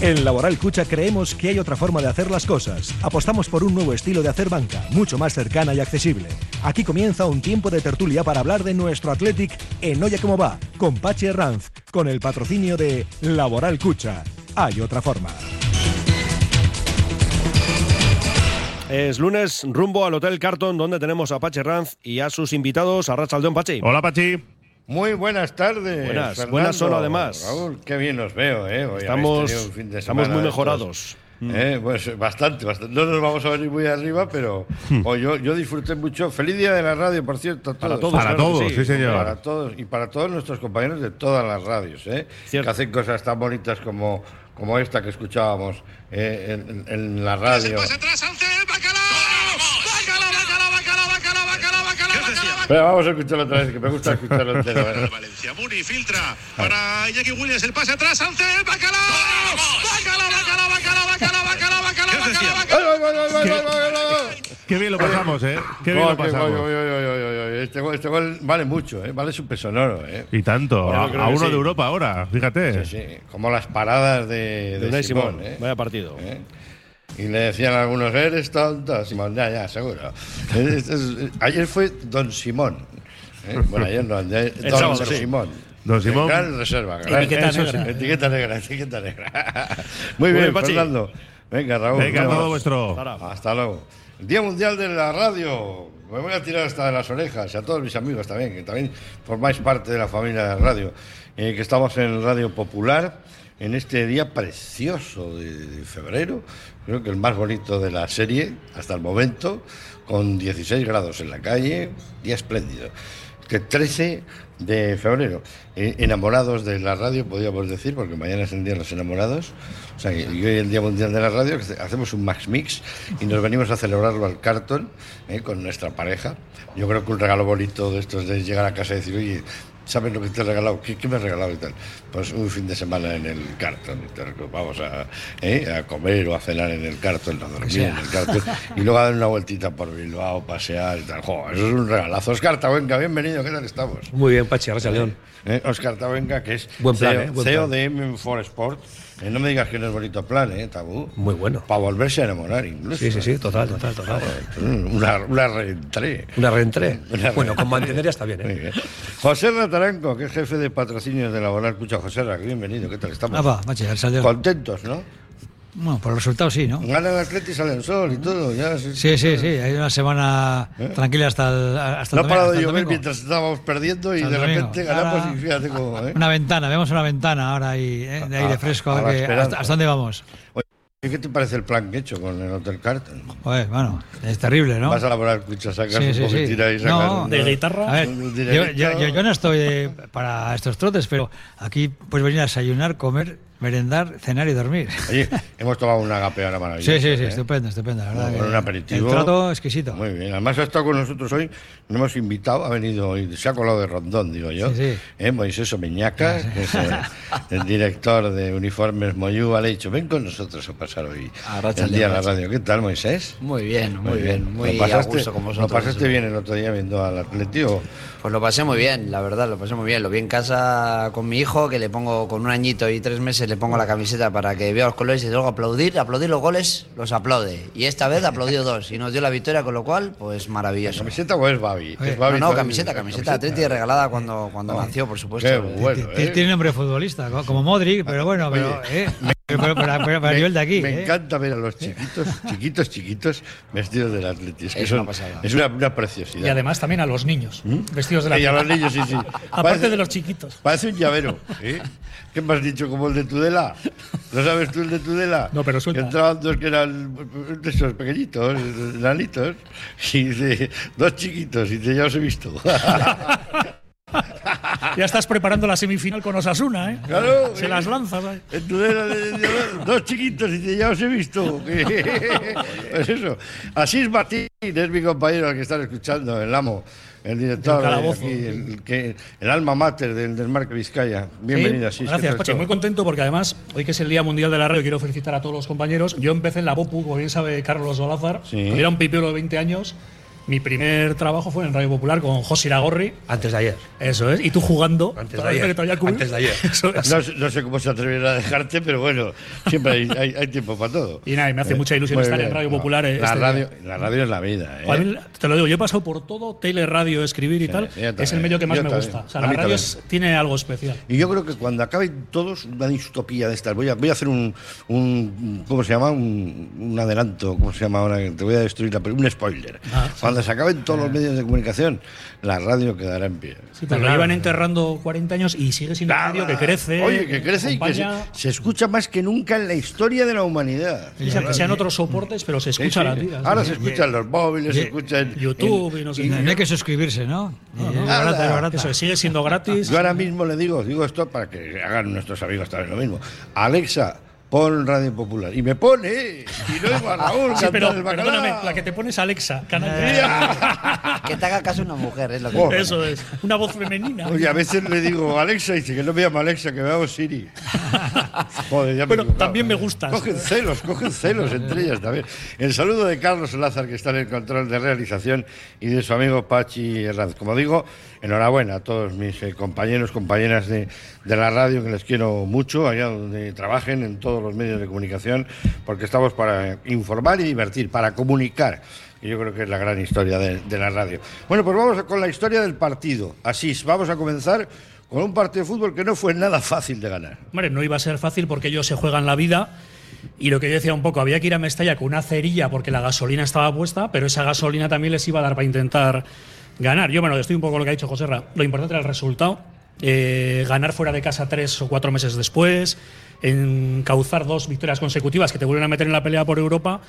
En Laboral Cucha creemos que hay otra forma de hacer las cosas. Apostamos por un nuevo estilo de hacer banca, mucho más cercana y accesible. Aquí comienza un tiempo de tertulia para hablar de nuestro Athletic en Oye Cómo Va, con Pachi Herranz, con el patrocinio de Laboral Cucha. Hay otra forma. Es lunes, rumbo al Hotel Carton, donde tenemos a Pachi Ranz y a sus invitados, a Rachaldeón Pachi. Hola, Pachi. Muy buenas tardes. Buenas, buenas son además. Raúl, qué bien os veo, ¿eh? Hoy Estamos, habéis tenido un fin de estamos semana muy de mejorados. Mm. estos, ¿eh? Pues bastante, bastante. No nos vamos a venir muy arriba, pero hoy yo, yo disfruté mucho. Feliz día de la radio, por cierto, a todos. Hmm. Para todos, Para claro que todos, sí, señor. Para todos y para todos nuestros compañeros de todas las radios, ¿eh? Cierto. que hacen cosas tan bonitas como, como esta que escuchábamos eh, en, en- en la Tras el radio. pase atrás, Alce, bacalao. Bacalao, bacalao, bacalao, bacalao, bacalao, bacalao, bacalao, bacalao. Pero vamos a escucharlo otra vez, que me gusta escucharlo entero. ¿eh? Valencia, Muni filtra para Iñaki Williams el pase atrás, Alce, bacalao. Bacalao, bacalao, bacalao, bacalao, bacalao, bacalao, bacalao, bacalao. ¡Ay, ay, ay, ay, ay, ay, ay, ay, ay! Qué bien lo pasamos, ¿eh? Qué bien Gol, lo qué gol, pasamos. gol, gol, gol, gol, gol, gol. Este gol, este gol vale mucho, ¿eh? vale su peso en oro. ¿eh? Y tanto, Yo a, creo a que uno sí. de Europa ahora, fíjate. Sí, sí, como las paradas de, de Unai Simón. Simón, ¿eh? vaya partido. ¿Eh? Y le decían a algunos, eres tonto, Simón. Ya, ya, seguro. Este Es- es- ayer fue Don Simón. ¿eh? Bueno, ayer no, ayer- Don sábado, sí. Simón. Don Simón. Gran reserva. gran- Etiqueta eso sí, negra. etiqueta negra, etiqueta negra. Muy bien, bien, Pachi. Fernando. Venga, Raúl. Venga, vamos. todo vuestro. Ahora. Hasta luego. El Día Mundial de la Radio. Me voy a tirar hasta de las orejas y a todos mis amigos también, que también formáis parte de la familia de la radio. Eh, que estamos en Radio Popular en este día precioso de, de febrero, creo que el más bonito de la serie hasta el momento, con 16 grados en la calle, día espléndido. Que 13 de febrero, Eh, enamorados de la radio, podríamos decir, porque mañana es el día de los enamorados. O sea, que hoy es el Día Mundial de la Radio, que hacemos un Max Mix y nos venimos a celebrarlo al cartón eh, con nuestra pareja. Yo creo que un regalo bonito de estos de llegar a casa y decir, oye, ¿sabes lo que te he regalado? ¿Qué, qué me has regalado y tal? Pues un fin de semana en el cartón. y tal, que Vamos a, eh, a comer o a cenar en el cartón, a dormir en el cartón. Y luego a dar una vueltita por Bilbao, pasear y tal. Jo, eso es un regalazo. Oscar Tabuenca, bienvenido, ¿qué tal estamos? Muy bien, Pachi, gracias, León. Eh, Oscar Tabuenca, que es E Buen plan, CEO, eh, buen CEO plan. de M4 Sport. Eh, no me digas que no es bonito plan, ¿eh, Tabú? Muy bueno. Para volverse a enamorar, incluso. Sí, sí, sí, total, total, total. Mm, Una, una reentré. Una reentré. Una Bueno, reentré. con mantener ya está bien, Muy ¿eh? bien. José Rataranco, que es jefe de patrocinios de Laboral Cucha. José Ra, bienvenido, ¿qué tal estamos? Ah, va, macho, al saldeo. Contentos, ¿no? Bueno, por el resultado sí, ¿no? Gana el Atleti, sale el sol y todo. Ya, Sí, sí, sí. Hay una semana tranquila hasta el, hasta ¿Eh? No el ha domingo, parado hasta de el llover domingo. mientras estábamos perdiendo y Hasta de el domingo. repente ganamos Ahora, y fíjate cómo. ¿eh? Una ventana, vemos una ventana ahora ahí, ¿eh? de aire A- fresco, a a la ver qué- esperanza. hasta, hasta dónde vamos. ¿Qué te parece el plan que he hecho con el Hotel Carton? Joder, bueno, es terrible, ¿no? Vas a laborar cucha, sacas Sí, un sí, sí. poquitín ahí, sacas No, un- de guitarra? A ver, Un yo, dinerito. yo- yo- yo no estoy eh, para estos trotes, pero aquí pues venir a desayunar, comer, merendar, cenar y dormir. Oye, hemos tomado una agape ahora maravillosa. Sí, sí, sí, ¿eh? estupendo, estupendo. La verdad Con que un aperitivo. El trato exquisito. Muy bien. Además ha estado con nosotros hoy, nos hemos invitado, ha venido hoy, se ha colado de rondón, digo yo. Sí, sí. ¿Eh? Moisés Omeñaca, que es eh, el, director de Uniformes Moyú, le ha dicho, ven con nosotros a pasar hoy el día de la radio. ¿Qué tal, Moisés? Muy bien, muy, bien, ¿Lo muy a pasaste, gusto con ¿Lo vosotros. pasaste bien el otro día viendo al Atlético? Pues lo pasé muy bien, la verdad, lo pasé muy bien. Lo vi en casa con mi hijo, que le pongo con un añito y tres meses, le pongo la camiseta para que vea los colores y luego aplaudir, aplaudir los goles, los aplaude. Y esta vez aplaudió dos y nos dio la victoria, con lo cual, pues maravilloso. ¿Camiseta o es Babi? Oye, ¿Es No, Babi no, todavía? camiseta, camiseta, Atleti regalada cuando, cuando Oh, nació, por supuesto. Qué Eh, bueno, Ti- ¿eh? Ah, Tiene nombre de futbolista, co- como Modric, pero bueno, Oye, pero, eh, pero, pero- pero- pero a me, nivel de aquí. me eh. encanta ver a los chiquitos, chiquitos, chiquitos, vestidos del Atlético. Es, que Es son- una pasada. es una, una preciosidad. Y además también a los niños, ¿Mm? vestidos de la Y a los tierra. niños, sí, sí. Aparte de los chiquitos. Parece un llavero. ¿eh? ¿Qué me has dicho? Como el de Tudela. ¿No sabes tú el de Tudela? No, pero suelta. Que Entraban dos que eran de esos pequeñitos, nanitos, y dice, dos chiquitos, y dice, ya os he visto. Ya estás preparando la semifinal con Osasuna, ¿eh? Claro, Se eh. las lanzas. ¿eh? En Tudela, de- de- de- dos chiquitos, y dice, ya os he visto. Pues eso. Asís Martín es mi compañero al que están escuchando, el amo. El director, Del calabozo. aquí, el, que, el alma mater del, del Marque Vizcaya. Bienvenido, Sí, Asís. ¿qué Gracias, tal Pache. todo? Muy contento porque además, hoy que es el Día Mundial de la Radio, quiero felicitar a todos los compañeros. Yo empecé en la BOPU, como bien sabe Carlos Olazar. Sí. Era un pipero de 20 años. Mi primer trabajo fue en Radio Popular con José Iragorri. Antes de ayer. Eso es. Y tú jugando. Antes de todavía- ayer. todavía cubrí. Antes de ayer. Eso es. No, sé- no sé cómo se atreverá a dejarte, pero bueno, siempre hay, hay- hay tiempo para todo. Eh, Y nada, y me hace mucha ilusión muy estar en bien. Radio No, Popular, eh, La, este- radio, la radio es la vida. ¿eh? A mí, te lo digo, yo he pasado por todo, tele, radio, escribir y tal. yo también, es el medio que más yo me también. gusta. O sea, A la mí radio también. es- tiene algo especial. Y yo creo que cuando acaben todos una distopía de estas, voy a, voy a hacer un, un- ¿cómo se llama? Un, un adelanto, ¿cómo se llama ahora? Que Te voy a destruir la, pel- un spoiler. Ah, sí. Ah. cuando se acaben todos los medios de comunicación, la radio quedará en pie. Sí, pero lo iban enterrando 40 años y sigue siendo un medio que crece. Oye, que crece y que se, acompaña. se escucha más que nunca en la historia de la humanidad. Sí, que sean otros soportes, pero se Sí, escucha sí. Ah, la vida. Ahora sí. se escuchan los móviles, se escuchan YouTube y no sé Y qué. hay que suscribirse, ¿no? Y es nada. barata, es barata. Eso es, sigue siendo gratis. Yo ahora mismo le digo, digo esto para que hagan nuestros amigos también lo mismo. Alexa, pon Radio Popular. Y me pone, y no oigo a Raúl Sí, cantar pero el bacalao. perdóname, la que te pones Alexa, canal. Mira. Que te haga caso una mujer, es lo que. Oh. Eso es, una voz femenina. Oye, a veces le digo Alexa, y dice que no me llamo Alexa, que me llamo Siri. Joder, ya me he Bueno, equivocado. también me gustas. Cogen celos, cogen celos entre ellas también. El saludo de Carlos Lázaro, que está en el control de realización, y de su amigo Pachi Herranz. Como digo, enhorabuena a todos mis eh, compañeros, compañeras de, de la radio, que les quiero mucho, allá donde trabajen, en todos los medios de comunicación, porque estamos para informar y divertir, para comunicar. que Yo creo que es la gran historia de, de la radio. Bueno, pues vamos con la historia del partido. Así, es, vamos a comenzar con un partido de fútbol que no fue nada fácil de ganar. Hombre, no iba a ser fácil porque ellos se juegan la vida. Y lo que yo decía un poco, había que ir a Mestalla con una cerilla porque la gasolina estaba puesta, pero esa gasolina también les iba a dar para intentar ganar. Yo, bueno, estoy un poco con lo que ha dicho José Lo importante era el resultado. eh, ganar fuera de casa tres o cuatro meses después, encauzar dos victorias consecutivas que te vuelven a meter en la pelea por Europa.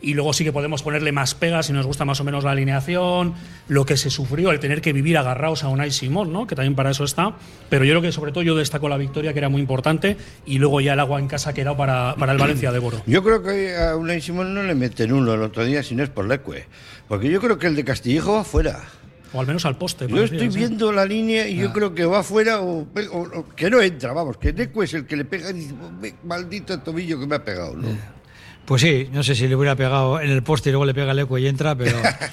Y luego sí que podemos ponerle más pegas si nos gusta más o menos la alineación, lo que se sufrió, el tener que vivir agarrados a Unai Simón, ¿no? que también para eso está. Pero yo creo que sobre todo yo destaco la victoria, que era muy importante, y luego ya el agua en casa que era para, para el Valencia de Boro. Yo creo que eh, a Unai Simón no le meten uno el otro día si no es por Lecue. Porque yo creo que el de Castillejo va fuera. O al menos al poste. Yo parecía, estoy sí. viendo la línea y Ah. yo creo que va fuera o, pe- o- o que no entra, vamos, que Lecue es el que le pega y dice, "Oh, "Ve, maldito tobillo que me ha pegado. ¿no? Pues sí, no sé si le hubiera pegado en el poste y luego le pega el eco y entra, pero,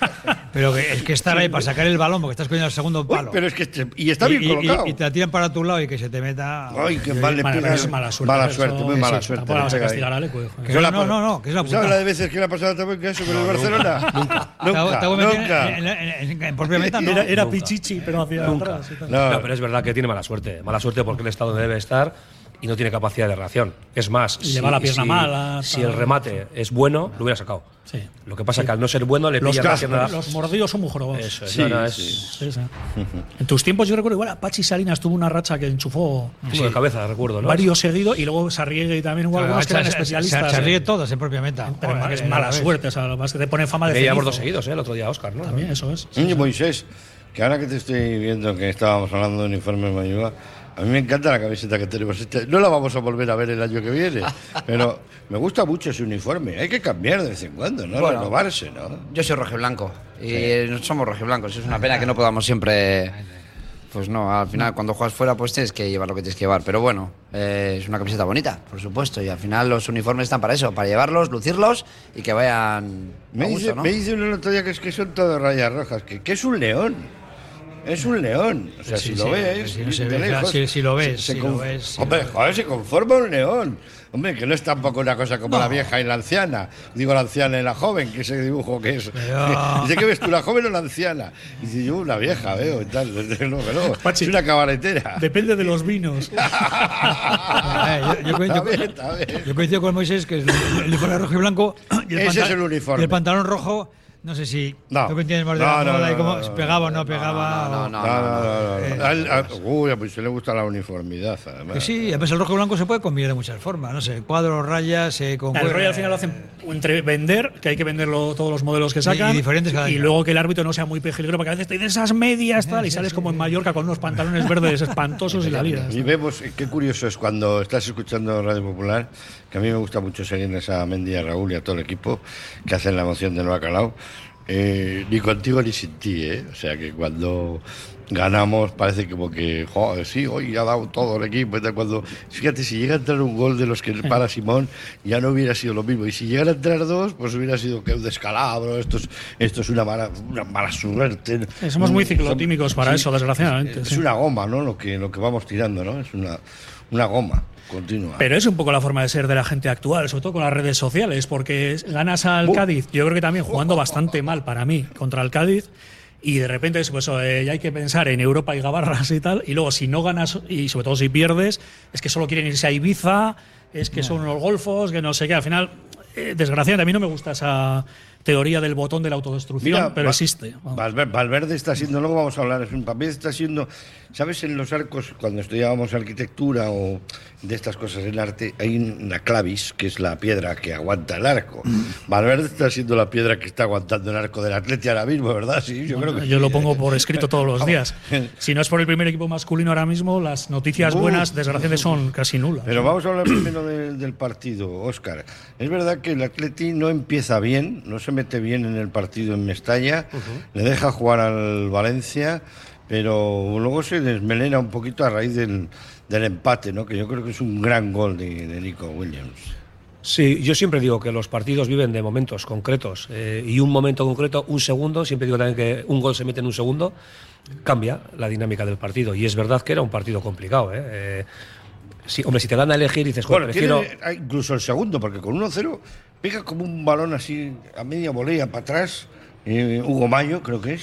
pero que- es que estar ahí para sacar el balón porque estás cogiendo el segundo Uy, palo. pero es que este- y está Y- bien y- y- colocado. Y, te la tiran para tu lado y que se te meta. Ay, qué mal le Vale, pega. pero es mala suerte. Mala eso- suerte, muy mala sí, suerte. Tampoco le vamos a pega ahí. castigar a Leque, joder. Que Yo la no, paso- no, no, que es una ¿Sabes la putada. de veces que le ha pasado también que eso con el Barcelona? Nunca, Te hago- nunca, te hago meter en- nunca. En, en- en- en propia meta, no. Era, era Nunca. Pichichi, pero hacia atrás y tal. No, No, pero es verdad que tiene mala suerte. Mala suerte porque el estado debe estar y no tiene capacidad de reacción. Es más, Y le va la pierna mala, Si tal. el remate es bueno, lo hubiera sacado. Sí. Lo que pasa es que al no ser bueno le Los, pilla la pierna. los mordidos son muy jorobados. Eso es. Sí, no, no, es- sí. Sí, sí. En tus tiempos yo recuerdo igual a Pachi Salinas tuvo una racha que enchufó Uno de cabeza, recuerdo, ¿no? varios seguidos y luego Sarriegue y también hubo Claro, algunos que se- eran se- especialistas. Se, se ríe todas en propia meta. Pero Joder, es que mala la ves. suerte, o sea, lo más que te pone fama de Le llevamos cenizo. dos seguidos, ¿eh? El otro día, Oscar, ¿no? También, eso es. Niño Moisés, que ahora que te estoy viendo que estábamos hablando de uniformes Mayuga, a mí me encanta la camiseta que tenemos. Este- No la vamos a volver a ver el año que viene, pero me gusta mucho ese uniforme. Hay que cambiar de vez en cuando, ¿no? Bueno. Renovarse, ¿no? Yo soy rojiblanco y eh, somos rojiblancos. Es una pena que no podamos siempre. Pues no, al final cuando juegas fuera pues tienes que llevar lo que tienes que llevar. Pero bueno, eh, es una camiseta bonita, por supuesto. Y al final los uniformes están para eso, para llevarlos, lucirlos y que vayan Me a gusto, dice, ¿no? me dice uno el otro día que es que son todas rayas rojas, que, que es un león. Es un león. O sea, si Sí, sí, lo ves. sí, no se de ve, claro, lejos, si- si lo se- ves, se si con- lo ves, si Hombre, lo ves. joder, se conforma un león. Hombre, que no es tampoco una cosa como la vieja y la anciana. Digo la anciana y la joven, que ese dibujo que es. Pero- Dice, ¿qué ves tú, la joven o la anciana? Y dice, yo una vieja veo y tal. Desde luego, no. Pachi. Es una cabaretera. Depende de los vinos. Eh, yo- yo Está coincido- bien, está bien. Yo coincido con Moisés, que es el el uniforme rojo y blanco. Y el Ese pantal- es el uniforme. Y el pantalón rojo, no sé si. No. Tú que entiendes más de No, la no, moda y no, cómo no, no, pegaba o no pegaba. no, no, o- no. No, no, no, no, no. eh, A él- a- Uy, a Moisés le gusta la uniformidad, además. Que sí, además el rojo y blanco se puede combinar de muchas formas. No sé, cuadros, rayas, eh, con. eh, El rollo al final lo hacen entre vender, que hay que venderlo todos los modelos que sacan, Y diferentes cada y día. luego que el árbitro no sea muy pejilero, porque a veces te dicen esas medias tal, y sales como en Mallorca con unos pantalones verdes espantosos y la vida. Y vemos, eh, qué curioso es cuando estás escuchando Radio Popular, que a mí me gusta mucho seguirles a Mendy, a Raúl y a todo el equipo que hacen la moción del bacalao. eh, ni contigo ni sin ti, ¿eh? O sea que cuando ganamos parece como que, joder, sí, hoy ha dado todo el equipo. y tal. Cuando, fíjate, si llega a entrar un gol de los que para Simón, ya no hubiera sido lo mismo. Y si llegan a entrar dos, pues hubiera sido que un descalabro, esto es, esto es una, mala, una mala suerte. Eh, Somos muy Mm, ciclotímicos para sí. eso, desgraciadamente. Es sí. una goma, ¿no? Lo que, lo que vamos tirando, ¿no? Es una, una goma continua. Pero es un poco la forma de ser de la gente actual, sobre todo con las redes sociales, porque es- ganas al Cádiz, yo creo que también jugando bastante mal para mí contra el Cádiz, y de repente es, pues, eh, ya hay que pensar en Europa y Gabarras y tal, y luego si no ganas, y sobre todo si pierdes, es que solo quieren irse a Ibiza, es que son los golfos, que no sé qué, al final, eh, desgraciadamente a mí no me gusta esa teoría del botón de la autodestrucción, pero Va- existe. vamos. Valver- Valverde está siendo, luego vamos a hablar, es un papel, está siendo, ¿sabes? En los arcos, cuando estudiábamos arquitectura o de estas cosas en arte, hay una clavis, que es la piedra que aguanta el arco. Mm. Valverde está siendo la piedra que está aguantando el arco del Atleti ahora mismo, ¿verdad? Sí, yo creo que Yo sí. eh, lo pongo por escrito todos los Vamos. días. Si no es por el primer equipo masculino ahora mismo, las noticias Uh. buenas, desgraciadamente, son casi nulas. Pero vamos a hablar primero de- del partido, Óscar. Es verdad que el Atleti no empieza bien, no se mete bien en el partido en Mestalla, le deja jugar al Valencia, pero luego se desmelena un poquito a raíz del, del empate, ¿no? que yo creo que es un gran gol de, de Nico Williams. Sí, yo siempre digo que los partidos viven de momentos concretos eh, y un momento concreto, un segundo, siempre digo también que un gol se mete en un segundo, cambia la dinámica del partido. Y es verdad que era un partido complicado. ¿eh? Eh, sí, hombre, si te dan a elegir, dices, Bueno, bueno, prefiero... tiene- ah, incluso el segundo, porque con 1-0 pega como un balón así a media volea para atrás, eh, Hugo Mayo creo que es.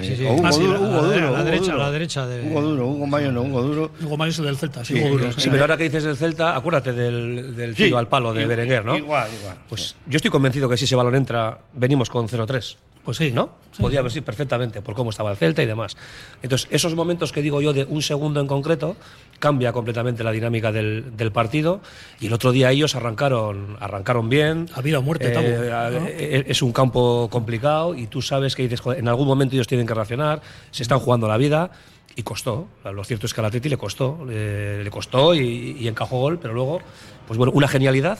sí, Eh, sí. o Hugo Ah, sí, Duro, la- la Hugo de- Duro, la Hugo derecha, Duro. la derecha de- Hugo Duro, Hugo Mayo no, Hugo Duro. Hugo Mayo es el del Celta, sí, Sí, Hugo Duro. sí, Sí, pero ahora que dices del Celta, acuérdate del, del tiro al palo de i- Berenguer, ¿no? Igual, igual. Pues yo estoy convencido que si ese balón entra, venimos con 0-3. Pues sí, ¿No? Podía haber sido perfectamente por cómo estaba el Celta y demás. Entonces, esos momentos que digo yo de un segundo en concreto, cambia completamente la dinámica del, del partido. Y el otro día ellos arrancaron, arrancaron bien. Eh, A vida o muerte, Tabo, a- ¿no? e- Es un campo complicado y tú sabes que dices, "Joder, en algún momento ellos tienen que reaccionar, se están jugando la vida. Y costó, lo cierto es que al Atleti le costó, eh, le costó y, y encajó gol, pero luego, pues bueno, una genialidad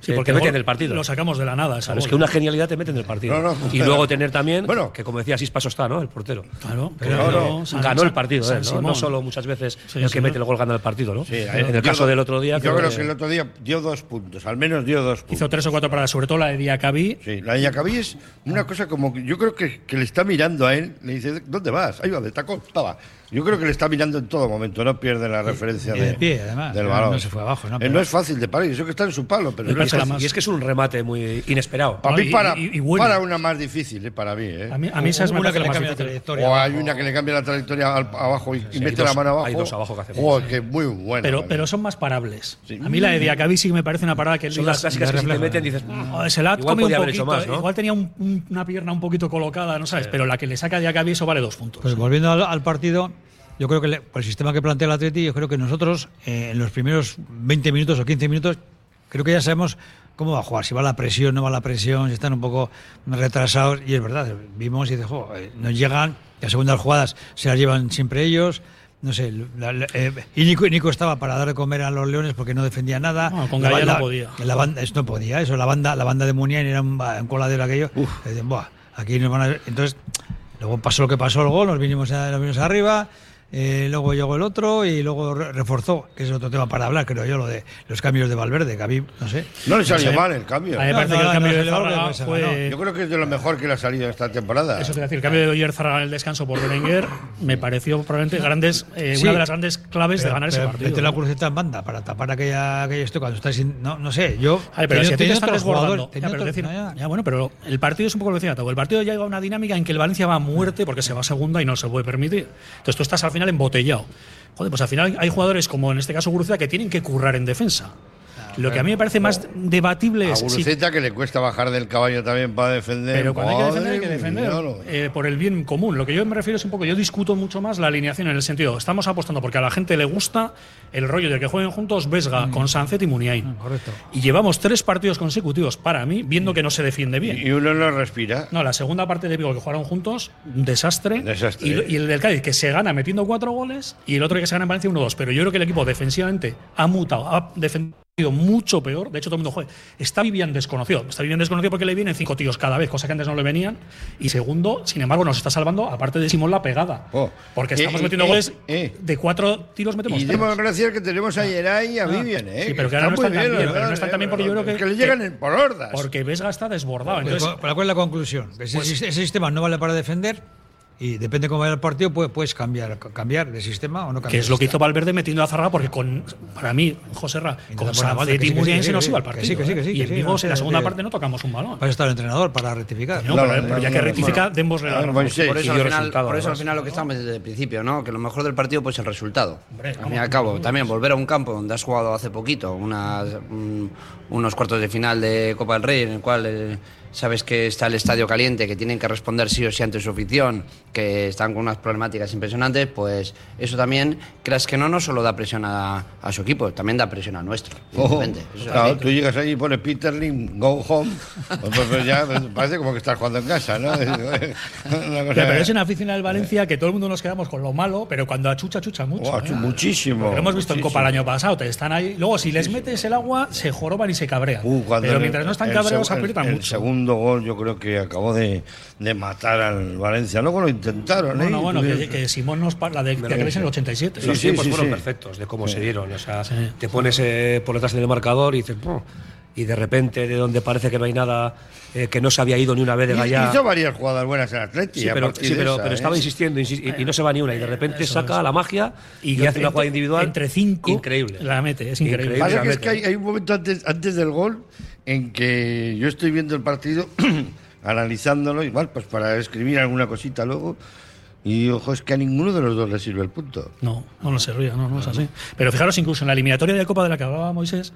Sí, eh, porque te mete gol en el partido. Lo sacamos de la nada. ese Claro, es gol. que una genialidad te mete en el partido. No, no, y luego tener también, Bueno. que como decía, Sispaso está, ¿no? El portero. Claro, Que pero ganó- San- ganó San- el partido, San ¿eh? ¿no? Simón. No solo muchas veces Sí, el sí, que mete ¿no? el gol gana el partido, ¿no? Sí, en dio el caso do- del otro día. Yo creo que- que el otro día dio dos puntos, al menos dio dos puntos. Hizo tres o cuatro paradas, sobre todo la de Diacabí. Sí, la de Jacobí es una cosa como que yo creo que, que le está mirando a él, le dice, ¿dónde vas? Ahí va, de taco, estaba. Yo creo que le está mirando en todo momento, no pierde la referencia y de de- pie, además, del no- balón. no se fue abajo, no, Eh, pero- es fácil de parar, eso que está en su palo, pero Y no es pasa la fácil. más. Y es que es un remate muy inesperado. Para No, mí, y- para, y- y bueno. para una más difícil, eh, para mí. eh. A mí, a mí esa es una una que le cambia la difícil. trayectoria. O hay una que le cambia la trayectoria al- abajo y, y Sí, hay mete dos- la mano abajo. hay dos abajo que hacen. Oh, que es muy buena. Pero, para pero mí. son más parables. Sí. A mí la de Diacabí sí que me parece una parada que Son digas- las clásicas que si te refleja. meten dices, "Mm, Oh, se la ha igual comido un podía haber poquito. hecho más, ¿no? Igual tenía un- un- una pierna un poquito colocada, no sabes. Pero la que le saca Diacabí, eso vale dos puntos. Pues volviendo al, al partido, yo creo que le- por el sistema que plantea el Atleti, yo creo que nosotros eh, en los primeros 20 minutos o 15 minutos, creo que ya sabemos cómo va a jugar, si va la presión, no va la presión, si están un poco retrasados. Y es verdad, vimos y dices, "Jo, eh, nos llegan, las segundas jugadas se las llevan siempre ellos. No sé, la- la- eh, y Nico, Nico estaba para dar de comer a los leones porque no defendía nada. No, con La Gaya banda- no podía. la banda, eso no podía, eso, la banda, la banda de Muniain era un, ba- un coladero aquello. Y dicen, "Buah, aquí nos van a-". Entonces, luego pasó lo que pasó el gol, nos vinimos, a- nos vinimos arriba, eh, luego llegó el otro y luego re- reforzó, que es otro tema para hablar, creo yo, lo de los cambios de Valverde, que a mí, no sé. No le salió mal el cambio. A mí me No, parece no, que el no, cambio no, de se le va a Zárraga volver a pensar, fue. Yo creo que es de lo mejor que le ha salido esta temporada. Eso te decir, el cambio de Oyer Zárraga en el descanso por Berenguer me pareció probablemente grandes, eh, Sí. una de las grandes claves de ganar ese Pero partido. Mete la ¿no? cruceta en banda para tapar aquella, aquella esto cuando estás sin- no, no sé, yo. Ay, pero tenía- si a ti te tenía están otros jugadores, desbordando. Ya, tenía pero otros- decir- no, ya. ya, bueno, pero el partido es un poco lo que decía Tabo. El partido llega a una dinámica en que el Valencia va a muerte porque se va a segunda y no se puede permitir. Entonces tú estás al final embotellado. Joder, pues al final hay jugadores como en este caso Guruceta que tienen que currar en defensa. Lo que a mí me parece más debatible A es si- Guruceta que le cuesta bajar del caballo también para defender. pero cuando hay que defender, hay que Madre defender mía, no. eh, por el bien común. Lo que yo me refiero es un poco, yo discuto mucho más la alineación en el sentido, estamos apostando porque a la gente le gusta el rollo de que jueguen juntos Mm. Vesga con Sancet y Muniain. Correcto. Y llevamos tres partidos consecutivos para mí, viendo que no se defiende bien. Mm. Y uno no respira. No, la segunda parte de Vigo que jugaron juntos, un desastre. Desastre. Y, lo- y el del Cádiz que se gana metiendo cuatro goles y el otro que se gana en Valencia 1-2. Pero yo creo que el equipo defensivamente ha mutado, ha defendido sido mucho peor. De hecho, todo el mundo, joder, está Vivian desconocido. Está Vivian desconocido porque le vienen cinco tíos cada vez, cosa que antes no le venían. Y segundo, sin embargo, nos está salvando, aparte de Simón, la pegada. Oh. Porque Eh, estamos eh, metiendo eh, goles eh. de cuatro tiros, metemos Y tres. demos gracias que tenemos a Yeray y a Vivian, ¿eh? Ah, Sí, pero que ahora no muy están tan bien, la pero no verdad, están eh, tan bien porque yo creo que- Que le llegan que- en- por hordas. Porque Vesga está desbordado. Pero Entonces, Pues cu- ¿Cuál es la conclusión? Que pues ese, sis- ese sistema no vale para defender y depende cómo vaya el partido, puede- puedes cambiar, cambiar de sistema o no cambiar. que es lo que de hizo Valverde metiendo a Zarra porque con para mí José Ra Intenta con poner a Valde, que Safety sí, y que sí, Muriel que se nos sí, iba el que partido sí, que sí, ¿eh? que sí, y en que sí, Vigo no, en la sí, segunda sí. Pues, parte no tocamos un balón sistema. Para estar el entrenador, para rectificar. No, pero, pero ya que rectifica demos Ah, regalo Moisés, Por eso, dio al final, resultado, por eso al además, final lo que estamos desde el principio, ¿no? Que lo mejor del partido pues el resultado. Hombre, al fin y vamos, al cabo, también volver a un campo donde has jugado hace poquito, unas, un- unos cuartos de final de Copa del Rey, en el cual eh, sabes que está el estadio caliente, que tienen que responder sí o sí ante su afición, que están con unas problemáticas impresionantes, pues eso también, creas que no, no solo da presión a, a su equipo, también da presión a nuestro. Ojo, evidentemente. Eso es claro, así. tú llegas ahí y pones Peterlin, go home. Pues, pues, pues ya pues, parece como que estás jugando en casa, ¿no? Una cosa- pero es una afición del Valencia que todo el mundo nos quedamos con lo malo pero cuando achucha achucha mucho Guau, ¿eh? chu- muchísimo. Lo que hemos visto en muchísimo. Copa el año pasado, te están ahí. Luego, si les metes el agua, se joroban y se cabrean. Uh, cuando Pero el- mientras no están el cabreados, seg- el- aprietan el mucho. segundo gol yo creo que acabó de, de matar al Valencia. Luego lo intentaron, ¿eh? Bueno, bueno, que, Tuvieron- que Simón nos parla de que en el 87. Sí, los sí, tiempos sí, fueron sí. perfectos de cómo se dieron. O sea, te pones eh, por detrás del marcador y dices, "Buah", y de repente, de donde parece que no hay nada, eh, que no se había ido ni una vez de Gallá. Hizo varias jugadas buenas en Atleti. Sí, a pero, partir sí, de pero, esa, pero estaba ¿eh? insistiendo insi- y, y no se va ni una. Y de repente eh, Eso saca es. la magia y, entre- hace una jugada individual. Entre cinco. Increíble. La mete, es increíble. Increíble. Pasa la que es mete. que hay, hay un momento antes, antes del gol en que yo estoy viendo el partido, analizándolo, igual, pues para escribir alguna cosita luego. Y ojo, es que a ninguno de los dos le sirve el punto. No, no lo sé, Ruiz, no, no es así. Pero fijaros, incluso en la eliminatoria de Copa de la que hablaba Moisés,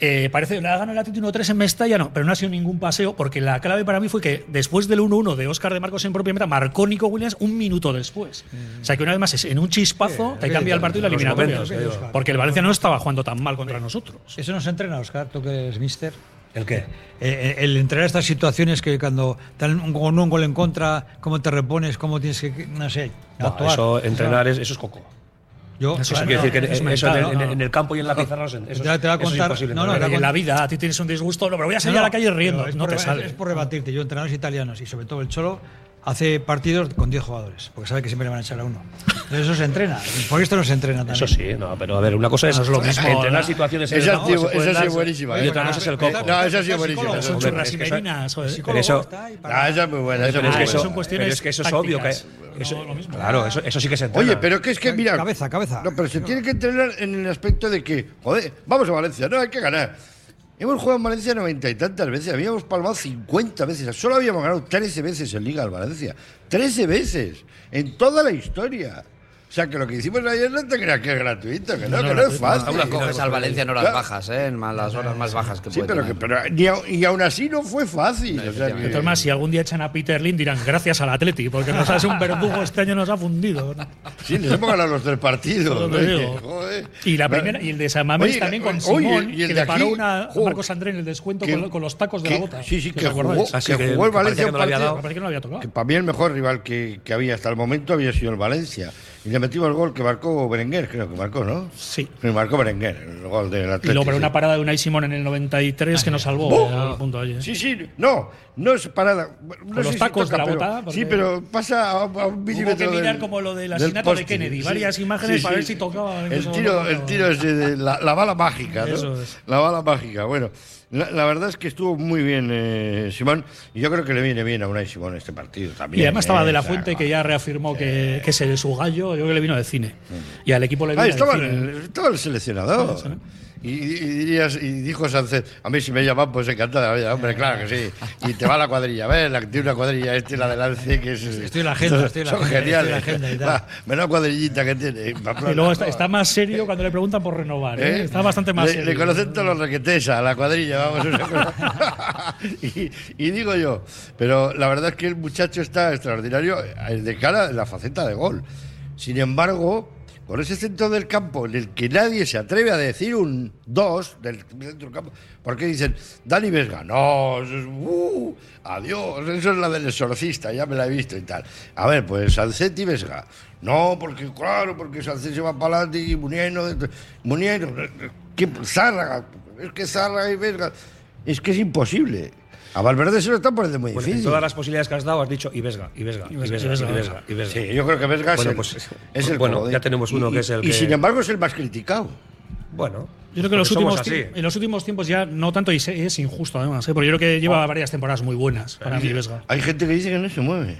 eh, parece que la ha ganado el Atlético 1-3 en Mestalla, no, pero no ha sido ningún paseo, porque la clave para mí fue que después del 1-1 de Óscar de Marcos en propia meta, marcó Nico Williams un minuto después. Mm. O sea que una vez más, es en un chispazo, te cambia el partido y la los eliminatoria. momentos, te digo. porque el Valencia no estaba jugando tan mal contra nosotros. Eso nos entrena, Oscar, tú que eres mister. ¿El qué? Eh, el entrenar estas situaciones que cuando te dan un, gol- un gol en contra, cómo te repones, cómo tienes que, no sé, Buah, actuar. eso, entrenar, es, eso es coco. Yo, Eso Eso Claro, quiere decir es que en- eso mental, en, el- ¿no? en el- en el campo y en la pizarra no se- eso, Te va- te va a eso es contar- imposible, no, no, entrenar. te va Pero a en la vida a ti tienes un disgusto, no, pero voy a salir No, a la calle riendo, pero es no por te reba- sale. Es por rebatirte. Yo, entrenadores italianos y sobre todo el Cholo, hace partidos con 10 jugadores, porque sabe que siempre le van a echar a uno. Entonces eso se entrena. Por esto no se entrena también. Eso sí, no, pero a ver, una cosa es, No es lo mismo, entrenar ¿no? situaciones en el Esa, campo, sí- se pueden esa sí dar, es buenísima. Y ¿eh? otra cosa es el Pero- coco. No, esa sí es buenísima. esa psicólogo, Son sí es Hombre, churras es y que eso- merinas, joder. Psicólogo eso- está ahí para- buenísima. Ah, esa es muy buena. esa Pero es es muy que son eso, buena. cuestiones pero es que eso es obvio. Que, tácticas. eso- No, lo mismo. claro, eso, eso sí que se entrena. Oye, pero que es que, mira. Cabeza, cabeza. No, pero se tiene que entrenar en el aspecto de que, joder, vamos a Valencia, no, hay que ganar. Hemos jugado en Valencia noventa y tantas veces, habíamos palmado 50 veces, solo habíamos ganado 13 veces en Liga al Valencia. 13 veces, en toda la historia. O sea, que lo que hicimos ayer no te creas que es gratuito, que no, que no es Hasta fácil. una coges al Valencia en horas Claro. bajas, ¿eh? en más- las horas más bajas que Sí, puede pero, que, tener. pero ni au- y aún así no fue fácil. o sea, De que- todas maneras, Eh, si algún día echan a Peter Lynn, dirán gracias al Atleti, porque nos hace un verdugo este año nos ha fundido. sí, les hemos ganado los tres partidos. Lo oye, digo. joder. Y la Vale. primera, y el de San Mamés Oye, también oye, con Simón, y el que de le paró aquí, una a jo, Marcos André en el descuento que- con, lo- con los tacos de la que- bota. Ah, Sí, sí, que ¿Os jugó, acordáis? Así que que jugó el parecía Valencia que no le había un partido- dado. Parece que no lo había tocado. que para mí el mejor rival que, que había hasta el momento había sido el Valencia. Y le metimos el gol que marcó Berenguer, creo que marcó, ¿no? Sí. Sí, marcó Berenguer, el gol del Y Atlético. luego, pero una parada de Unai Simón en el 93 que nos salvó eh, ¡Bum! al punto ayer. Sí, sí, no, no es parada. No los sé si tacos toca, de la pero- botada, porque- Sí, pero pasa a, a un Hubo milímetro. que mirar del- como lo del del asesinato de poste. Kennedy, Sí, varias sí, imágenes sí, para ver sí. si tocaba. El tiro, el tiro es de, de la, la bala mágica, ¿no? Eso es. La bala mágica, bueno. La, la verdad es que estuvo muy bien eh, Simón, y yo creo que le viene bien a Unai Simón este partido también. Y además estaba eh, De La o sea, Fuente, que ya reafirmó que, que es su gallo, yo creo que le vino de cine. Y al equipo le vino Ah, de estaba, cine. el, estaba el seleccionador. Y, y dirías, y dijo Sánchez, a mí si me llaman, pues encantada la vida. Hombre, claro que sí. Y te va la cuadrilla, ¿ves? La que tiene una cuadrilla, este la delante, que es. Estoy en la agenda, estoy en la Son agenda, estoy en la geniales. agenda y tal. Va, menos cuadrillita que tiene. Pamplona. Y luego está, está más serio cuando le preguntan por renovar. ¿eh? Ah, ¿Eh? Está bastante más Le, serio. le conocen todos los requetes a la cuadrilla, vamos. una cosa. y, y digo yo, pero la verdad es que el muchacho está extraordinario eh, de cara a la faceta de gol. Sin embargo, con ese centro del campo en el que nadie se atreve a decir un 2 del centro del campo, porque dicen, Dani Vesga, no, eso es- uh, adiós, eso es la del exorcista, ya me la he visto y tal. A ver, pues Sancet y Vesga. No, porque claro, porque Sancet se va para adelante y Munier no. Munier, ¿Qué, Zárraga, es que Zárraga y Vesga. Es que es imposible. A Valverde se lo están poniendo muy Bueno, Pues en difícil. todas las posibilidades que has dado has dicho y Vesga, y Vesga, y Vesga, y Vesga, y Vesga, y Vesga. Sí, yo creo que Vesga Bueno, es, pues, el, es el bueno, comodín. ya tenemos uno Y- que es el Y que- sin embargo es el más criticado. Bueno, Yo creo que en los, porque últimos somos así. tiemp- en los últimos tiempos ya no tanto y se- es injusto además, ¿eh? porque yo creo que lleva varias temporadas muy buenas para mí Vesga. Hay gente que dice que no se mueve.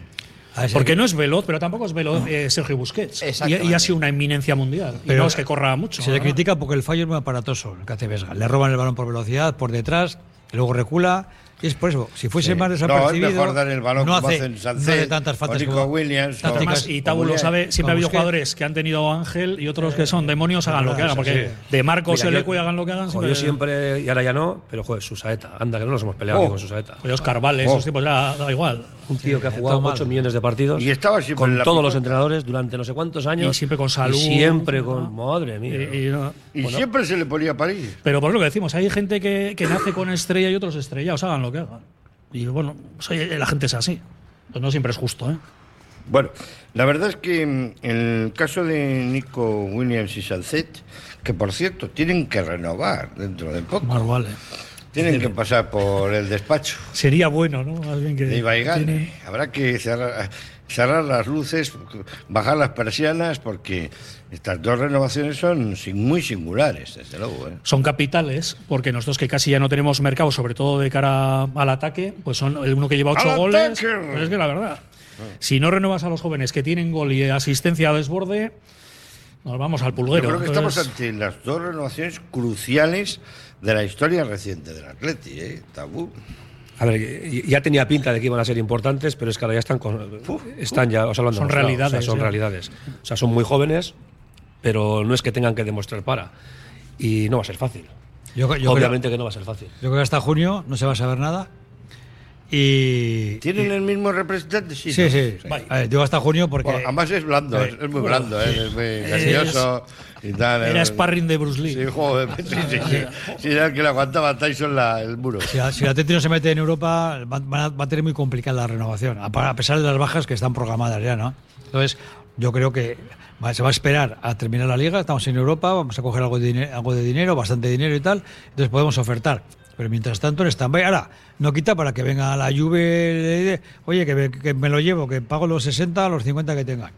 Porque no es veloz, pero tampoco es veloz eh, Sergio Busquets. Y, Exactamente. y ha sido una eminencia mundial. y Pero no es que corra mucho. Se le ¿verdad? critica porque el fallo es muy aparatoso, el que hace Vesga. Le roban el balón por velocidad, por detrás, y luego recula. Y es por eso, si fuese Sí. más No, es desapercibido. mejor dar el balón no como hace, hacen no Sancet, hace tantas faltas o Nico como- Williams, tantas o- Además, que- y Tabu lo Julián. sabe, siempre Como ha habido Busquets. jugadores que han tenido Ángel y otros que Eh, son demonios, hagan lo que hagan, porque de Marcos Mira, o le yo- juegan lo que hagan. jo, yo siempre, y ahora ya no, pero joder, Susaeta. Anda, que no nos hemos peleado Oh. ni con Susaeta. Los Carvales, Oh. esos tipos, ya da igual. Un tío que ha jugado todo mal. 8 millones de partidos. Y estaba siempre en con la todos picota. los entrenadores durante no sé cuántos años. Y siempre con salud. Y siempre eh, con. Madre Y- mía. y no- Y siempre se le ponía a París. Pero por lo que decimos, hay gente que, que nace con estrella y otros estrellados, hagan lo que hagan. Y bueno, pues, oye, la gente es así. Pues no siempre es justo, ¿eh? Bueno, la verdad es que mm, el caso de Nico Williams y Sancet, que por cierto tienen que renovar dentro de poco, Más vale. tienen que pasar por el despacho Sería bueno, ¿no? Más bien que. de Ibaigán. tiene- Habrá que cerrar, cerrar las luces, bajar las persianas, porque estas dos renovaciones son sin- muy singulares, desde luego. ¿eh? son capitales, porque nosotros que casi ya no tenemos mercado, sobre todo de cara al ataque, pues son el uno que lleva ocho ¡Al goles. ataque! Ah. Pues es que la verdad, si no renuevas a los jóvenes que tienen gol y asistencia a desborde, nos vamos al Yo pulguero. creo que Entonces, estamos ante las dos renovaciones cruciales de la historia reciente del Atleti, ¿eh? Tabú. A ver, y- y- ya tenía pinta de que iban a ser importantes, pero es que ahora ya están con- están ya, o sea, lo han Son demostrado, realidades, ¿eh? o sea, son ya. realidades. O sea, son muy jóvenes, pero no es que tengan que demostrar para. Y no va a ser fácil. Yo, yo creo, Obviamente que no va a ser fácil. yo creo que hasta junio no se va a saber nada. Y. ¿Tienen el mismo representante? Sí, Sí, ¿no? sí. Eh, A ver, digo hasta junio porque. Bueno, además es blando, es, es muy blando, ¿eh? es muy cariñoso y tal. Era eh. sparring de Bruce Lee. Sí, joder, sí, sí, sí. Sí, era el que le aguantaba Tyson la- el muro. Si la, si el Atleti no se mete en Europa, va, van a, va a tener muy complicada la renovación, a, pa- a pesar de las bajas que están programadas ya, ¿no? Entonces, yo creo que va- se va a esperar a terminar la liga, estamos en Europa, vamos a coger algo de, dine- algo de dinero, bastante dinero y tal, entonces podemos ofertar. Pero mientras tanto, en stand-by, ahora, no quita para que venga la Juve, de- de- oye, que me, que me lo llevo, que pago los 60, los 50 que tengan.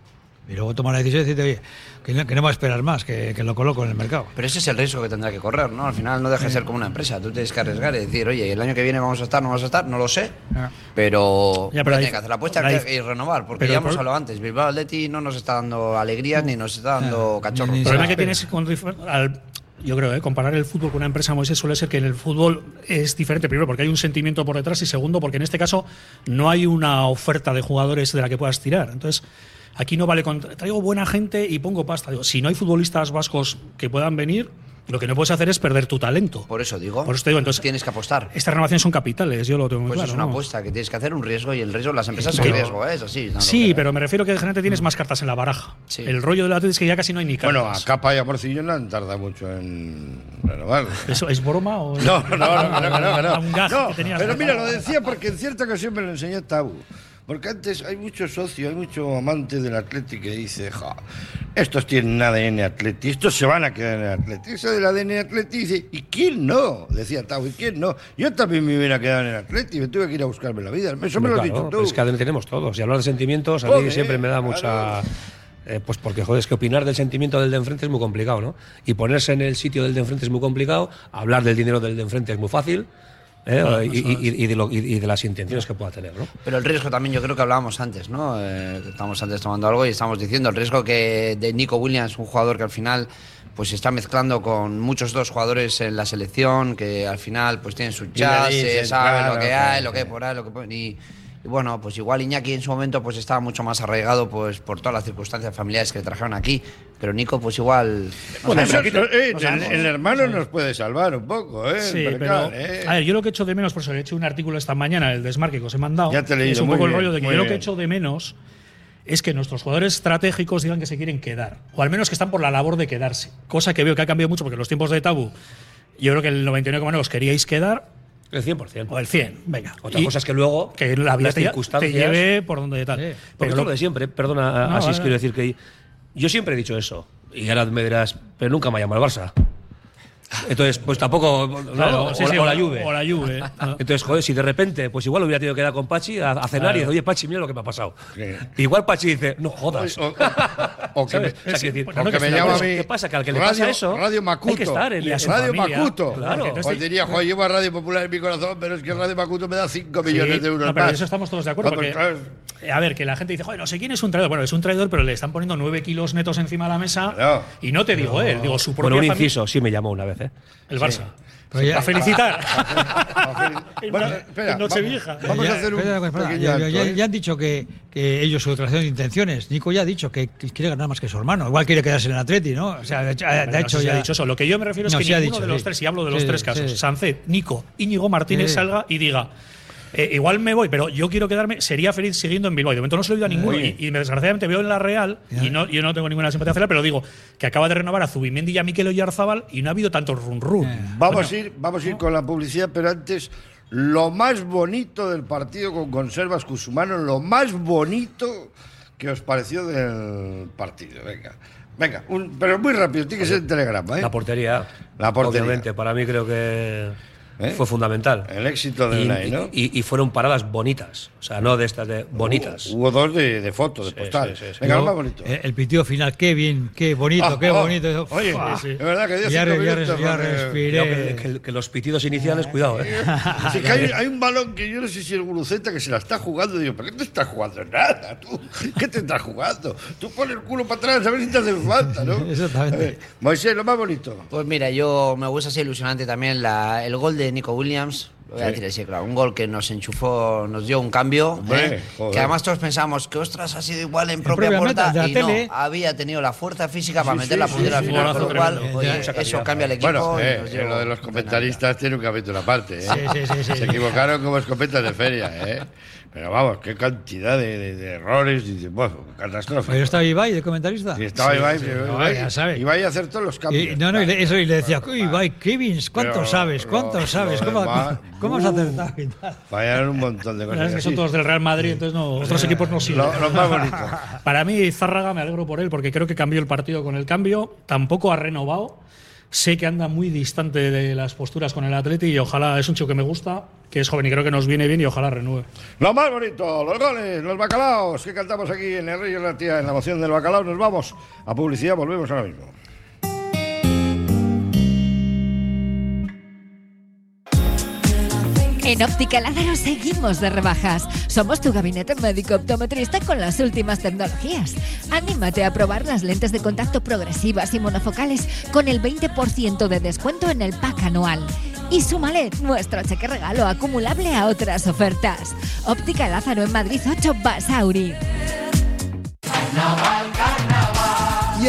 Y luego tomar la decisión y decirte, oye, que no, que no va a esperar más, que, que lo coloco en el mercado. Pero ese es el riesgo que tendrá que correr, ¿no? Al final no deja de ser como una empresa. Tú tienes que arriesgar y decir, oye, el año que viene vamos a estar, no vamos a estar, no lo sé. Ah. Pero, Ya, pero pero ahí- tiene que hacer la apuesta ahí- y renovar, porque pero ya el hemos pro- hablado antes. Bilbao Atleti no nos está dando alegrías ni nos está dando Ah, cachorros. ni- ni- El problema que Espera. tienes con rif- al- yo creo, ¿eh? comparar el fútbol con una empresa como ese suele ser que en el fútbol es diferente. Primero, porque hay un sentimiento por detrás y segundo, porque en este caso no hay una oferta de jugadores de la que puedas tirar. Entonces, aquí no vale con traigo buena gente y pongo pasta. Digo, si no hay futbolistas vascos que puedan venir, lo que no puedes hacer es perder tu talento. Por eso digo. Por eso te digo, entonces- Tienes que apostar. Estas renovaciones son capitales, yo lo tengo muy Pues claro. es una vamos. apuesta que tienes que hacer un riesgo y el riesgo, las empresas son Pero- riesgo, ¿eh? es así. no lo Sí, creas. pero me refiero que de generalmente tienes más cartas en la baraja. Sí. El rollo del Atlético es que ya casi no hay ni cartas. Bueno, a Capa y a Morcillo no han tardado mucho en renovar. ¿Eso es broma o No, no, no, no, no, no, no. Un gag No, que tenías pero mira, lo decía porque en cierta ocasión me lo enseñó Tabu. Porque antes hay mucho socio, hay mucho amante del Atleti que dice, "Ja, estos tienen ADN Atleti, estos se van a quedar en el Atleti. Eso del ADN Atleti dice, ¿y quién no? Decía Tabu, ¿y quién no? Yo también me hubiera quedado en el Atleti, me tuve que ir a buscarme la vida. Eso me lo has Claro, dicho pero tú. Es que ADN tenemos todos. Y hablar de sentimientos a Joder, mí siempre me da mucha. claro. eh, pues porque, joder, es que opinar del sentimiento del de enfrente es muy complicado, ¿no? Y ponerse en el sitio del de enfrente es muy complicado. Hablar del dinero del de enfrente es muy fácil. ¿eh? y, y- y- y de lo- y- y de las intenciones que pueda tener, ¿no? Pero el riesgo también, yo creo que hablábamos antes, ¿no? Eh, estábamos antes tomando algo y estábamos diciendo el riesgo que de Nico Williams, un jugador que al final pues se está mezclando con muchos dos jugadores en la selección, que al final pues tienen su le chas, dicen, eh, saben claro, lo que claro, hay, lo que hay claro. por ahí, lo que pon- y, y bueno, pues igual Iñaki en su momento pues estaba mucho más arraigado pues por todas las circunstancias familiares que le trajeron aquí, pero Nico pues igual no Bueno, sabemos. eso- eh, no el, sabemos. el hermano nos puede salvar un poco, ¿eh? Sí, El pero. percal, ¿eh? A ver, yo lo que echo de menos, por eso he hecho un artículo esta mañana, el desmarque que os he mandado. Ya te he leído, Es un muy poco bien, el rollo de que yo muy lo que bien. echo de menos es que nuestros jugadores estratégicos digan que se quieren quedar. O al menos que están por la labor de quedarse. Cosa que veo que ha cambiado mucho porque en los tiempos de Tabú, yo creo que el 99,9 os queríais quedar El 100%. o el 100. Venga. Otra Y cosa es que luego que la vida las te, lle- te circunstancias. lleve por donde tal. Sí. Porque Pero esto es lo- lo de siempre, perdona, No, así vale. quiero decir que yo siempre he dicho eso. Y ahora me dirás, pero nunca me ha llamado el Barça. Entonces, pues tampoco. Claro, o, sí, o sí, la- o la Juve. O la Juve. Ah. Entonces, joder, si de repente, pues igual hubiera tenido que dar con Pachi a, a cenar y decir, oye, Pachi, mira lo que me ha pasado. Igual Pachi dice, no jodas. O, o- o que me, ¿Sabes? O sea, quiero decir, o no, que que me es una llama a cosa. mí. ¿Qué pasa? Que al que le radio, pasa eso, Radio Macuto. hay que estar en- y a su Radio familia. Macuto. Claro. Porque no estoy- Os diría, joder, llevo a Radio Popular en mi corazón, pero es que Radio Macuto me da 5 Sí, millones de euros no, pero más. de eso estamos todos de acuerdo. Vamos, porque, claro, eh, a ver, que la gente dice, joder, no sé quién es un traidor. Bueno, es un traidor, pero le están poniendo nueve kilos netos encima de la mesa. Claro. Y no te digo él, digo su propia Bueno, un familia. inciso, sí me llamó una vez, ¿eh? El Barça. Pero ya- A felicitar. Bueno, espera, en Nochevieja. vamos- Vamos Ya, a hacer un espera, espera, pequeño ya, ya- alto, ya- ¿eh? ya han dicho que, que ellos su declaración de intenciones. Nico ya ha dicho que que quiere ganar más que su hermano. Igual quiere quedarse en el Atleti, ¿no? O sea, ha, ha- Bueno, ha no hecho sé si ya. ha dicho eso. Lo que yo me refiero No, es que sí ha ninguno dicho, de los sí. tres, si hablo de los Sí, tres casos, sí. Sancet, Nico, Íñigo Martínez Sí. salga y diga. eh, igual me voy, pero yo quiero quedarme. Sería feliz siguiendo en Bilbao. Y De momento no se lo he oído a ninguno. Y, y me- desgraciadamente veo en la Real. Y no, yo no tengo ninguna simpatía hacia la, pero digo que acaba de renovar a Zubimendi y a Mikel Oyarzabal. Y no ha habido tanto run-run. Vamos a ir, vamos a ir con la publicidad, pero antes lo más bonito del partido con conservas Cusumano, lo más bonito que os pareció del partido. Venga, venga, un- pero muy rápido, tiene que ser en telegrama, ¿eh? La portería. La portería. Obviamente, para mí creo que ¿Eh? fue fundamental. El éxito de Y, Unai, ¿no? y- y fueron paradas bonitas. O sea, no de estas de bonitas. Hubo, hubo dos de, de fotos, de postales. sí, sí. Venga, lo Luego, más bonito. eh, El pitido final, qué bien, qué bonito, Ah, qué ah, bonito. oye, Fua. sí, sí. de verdad que dio ya, cinco re- ya minutos res- ya porque- Cuidado respiré. que, que- que los pitidos iniciales, cuidado, ¿eh? Ah, Sí, que hay, hay un balón que yo no sé si el guruceta que se la está jugando. Digo, ¿pero qué te estás jugando? Nada, tú. ¿Qué te estás jugando? Tú pon el culo para atrás a ver si te hace falta, ¿no? Exactamente. A ver, Moisés, lo más bonito. Pues mira, yo me gusta ser ilusionante también la- el gol de Nico Williams. Lo voy a decir así, claro. Un gol que nos enchufó, nos dio un cambio. Hombre, ¿eh? joder. Que además todos pensamos que ostras ha sido igual en En propia, propia puerta. meta, de y la no, tele. había tenido la fuerza física para Sí, meter sí, la sí, puntera sí, al final. golazo Con lo cual, tremendo. oye, Ya, mucha eso calidad. cambia al equipo. Bueno, y eh, nos dio en lo de los una comentaristas tiene un capítulo aparte. ¿eh? Sí, sí, sí, sí. Se equivocaron como escopetas de feria. ¿eh? Pero vamos, qué cantidad de, de- de errores. Y de, bueno, catástrofe. Pero estaba Ibai de comentarista. Y estaba Ibai, pero no, Ibai, ya sabe. Ibai hacer todos los cambios. Y, no, no, y le- eso, y le decía, "Uy, Ibai, Kevins, ¿cuánto Pero sabes? ¿Cuánto lo- sabes? lo ¿Cómo, demás, cómo- cómo has uh. acertado? y tal? Fallaron un montón de La verdad cosas. es que así. son todos del Real Madrid, entonces no, otros equipos no sirven. Lo- lo más bonito. Para mí, Zárraga, me alegro por él, porque creo que cambió el partido con el cambio. Tampoco ha renovado. Sé que anda muy distante de las posturas con el Atleti y ojalá es un chico que me gusta, que es joven y creo que nos viene bien y ojalá renueve. Lo más bonito, los goles, los bacalaos que cantamos aquí en El Rey y la Tía, en la moción del bacalao. Nos vamos a publicidad, volvemos ahora mismo. En Óptica Lázaro seguimos de rebajas. Somos tu gabinete médico optometrista con las últimas tecnologías. Anímate a probar las lentes de contacto progresivas y monofocales con el 20% de descuento en el pack anual. Y súmale nuestro cheque regalo acumulable a otras ofertas. Óptica Lázaro en Madrid 8 Basauri. Y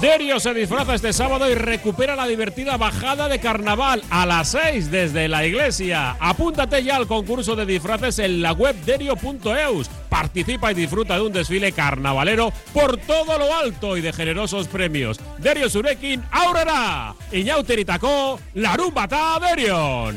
Derio se disfraza este sábado y recupera la divertida bajada de carnaval a las 6 desde la iglesia. Apúntate ya al concurso de disfraces en la web derio.eus. Participa y disfruta de un desfile carnavalero por todo lo alto y de generosos premios. Derio Zurekin Aurora, Iñauteritako, Larumbata Derion.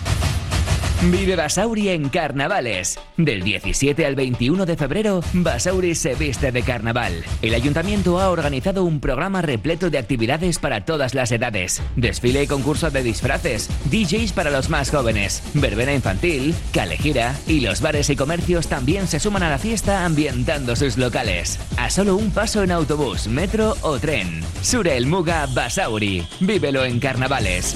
Vive Basauri en carnavales. Del 17 al 21 de febrero, Basauri se viste de carnaval. El ayuntamiento ha organizado un programa repleto de actividades para todas las edades. Desfile y concurso de disfraces, DJs para los más jóvenes, verbena infantil, calejira y los bares y comercios también se suman a la fiesta ambientando sus locales. A solo un paso en autobús, metro o tren. Sure el Muga Basauri. Vívelo en carnavales.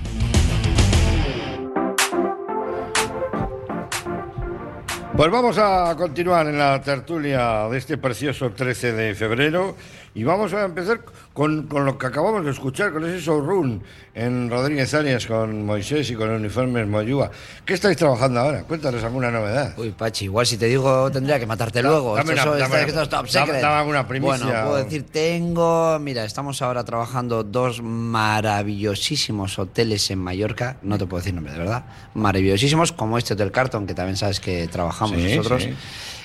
Pues vamos a continuar en la tertulia de este precioso 13 de febrero y vamos a empezar con, con lo que acabamos de escuchar, con ese showroom en Rodríguez Arias con Moisés y con Uniformes Moyúa. ¿Qué estáis trabajando ahora? Cuéntanos alguna novedad. Uy, Pachi, igual si te digo tendría que matarte Da- luego. dame Esto es- una- dame esto una- es- esto es top dame- secret. dame alguna primicia. Bueno, puedo decir, tengo. Mira, estamos ahora trabajando dos maravillosísimos hoteles en Mallorca. No te puedo decir nombre, de verdad. Maravillosísimos, como este Hotel Carton, que también sabes que trabajamos Sí, nosotros. sí.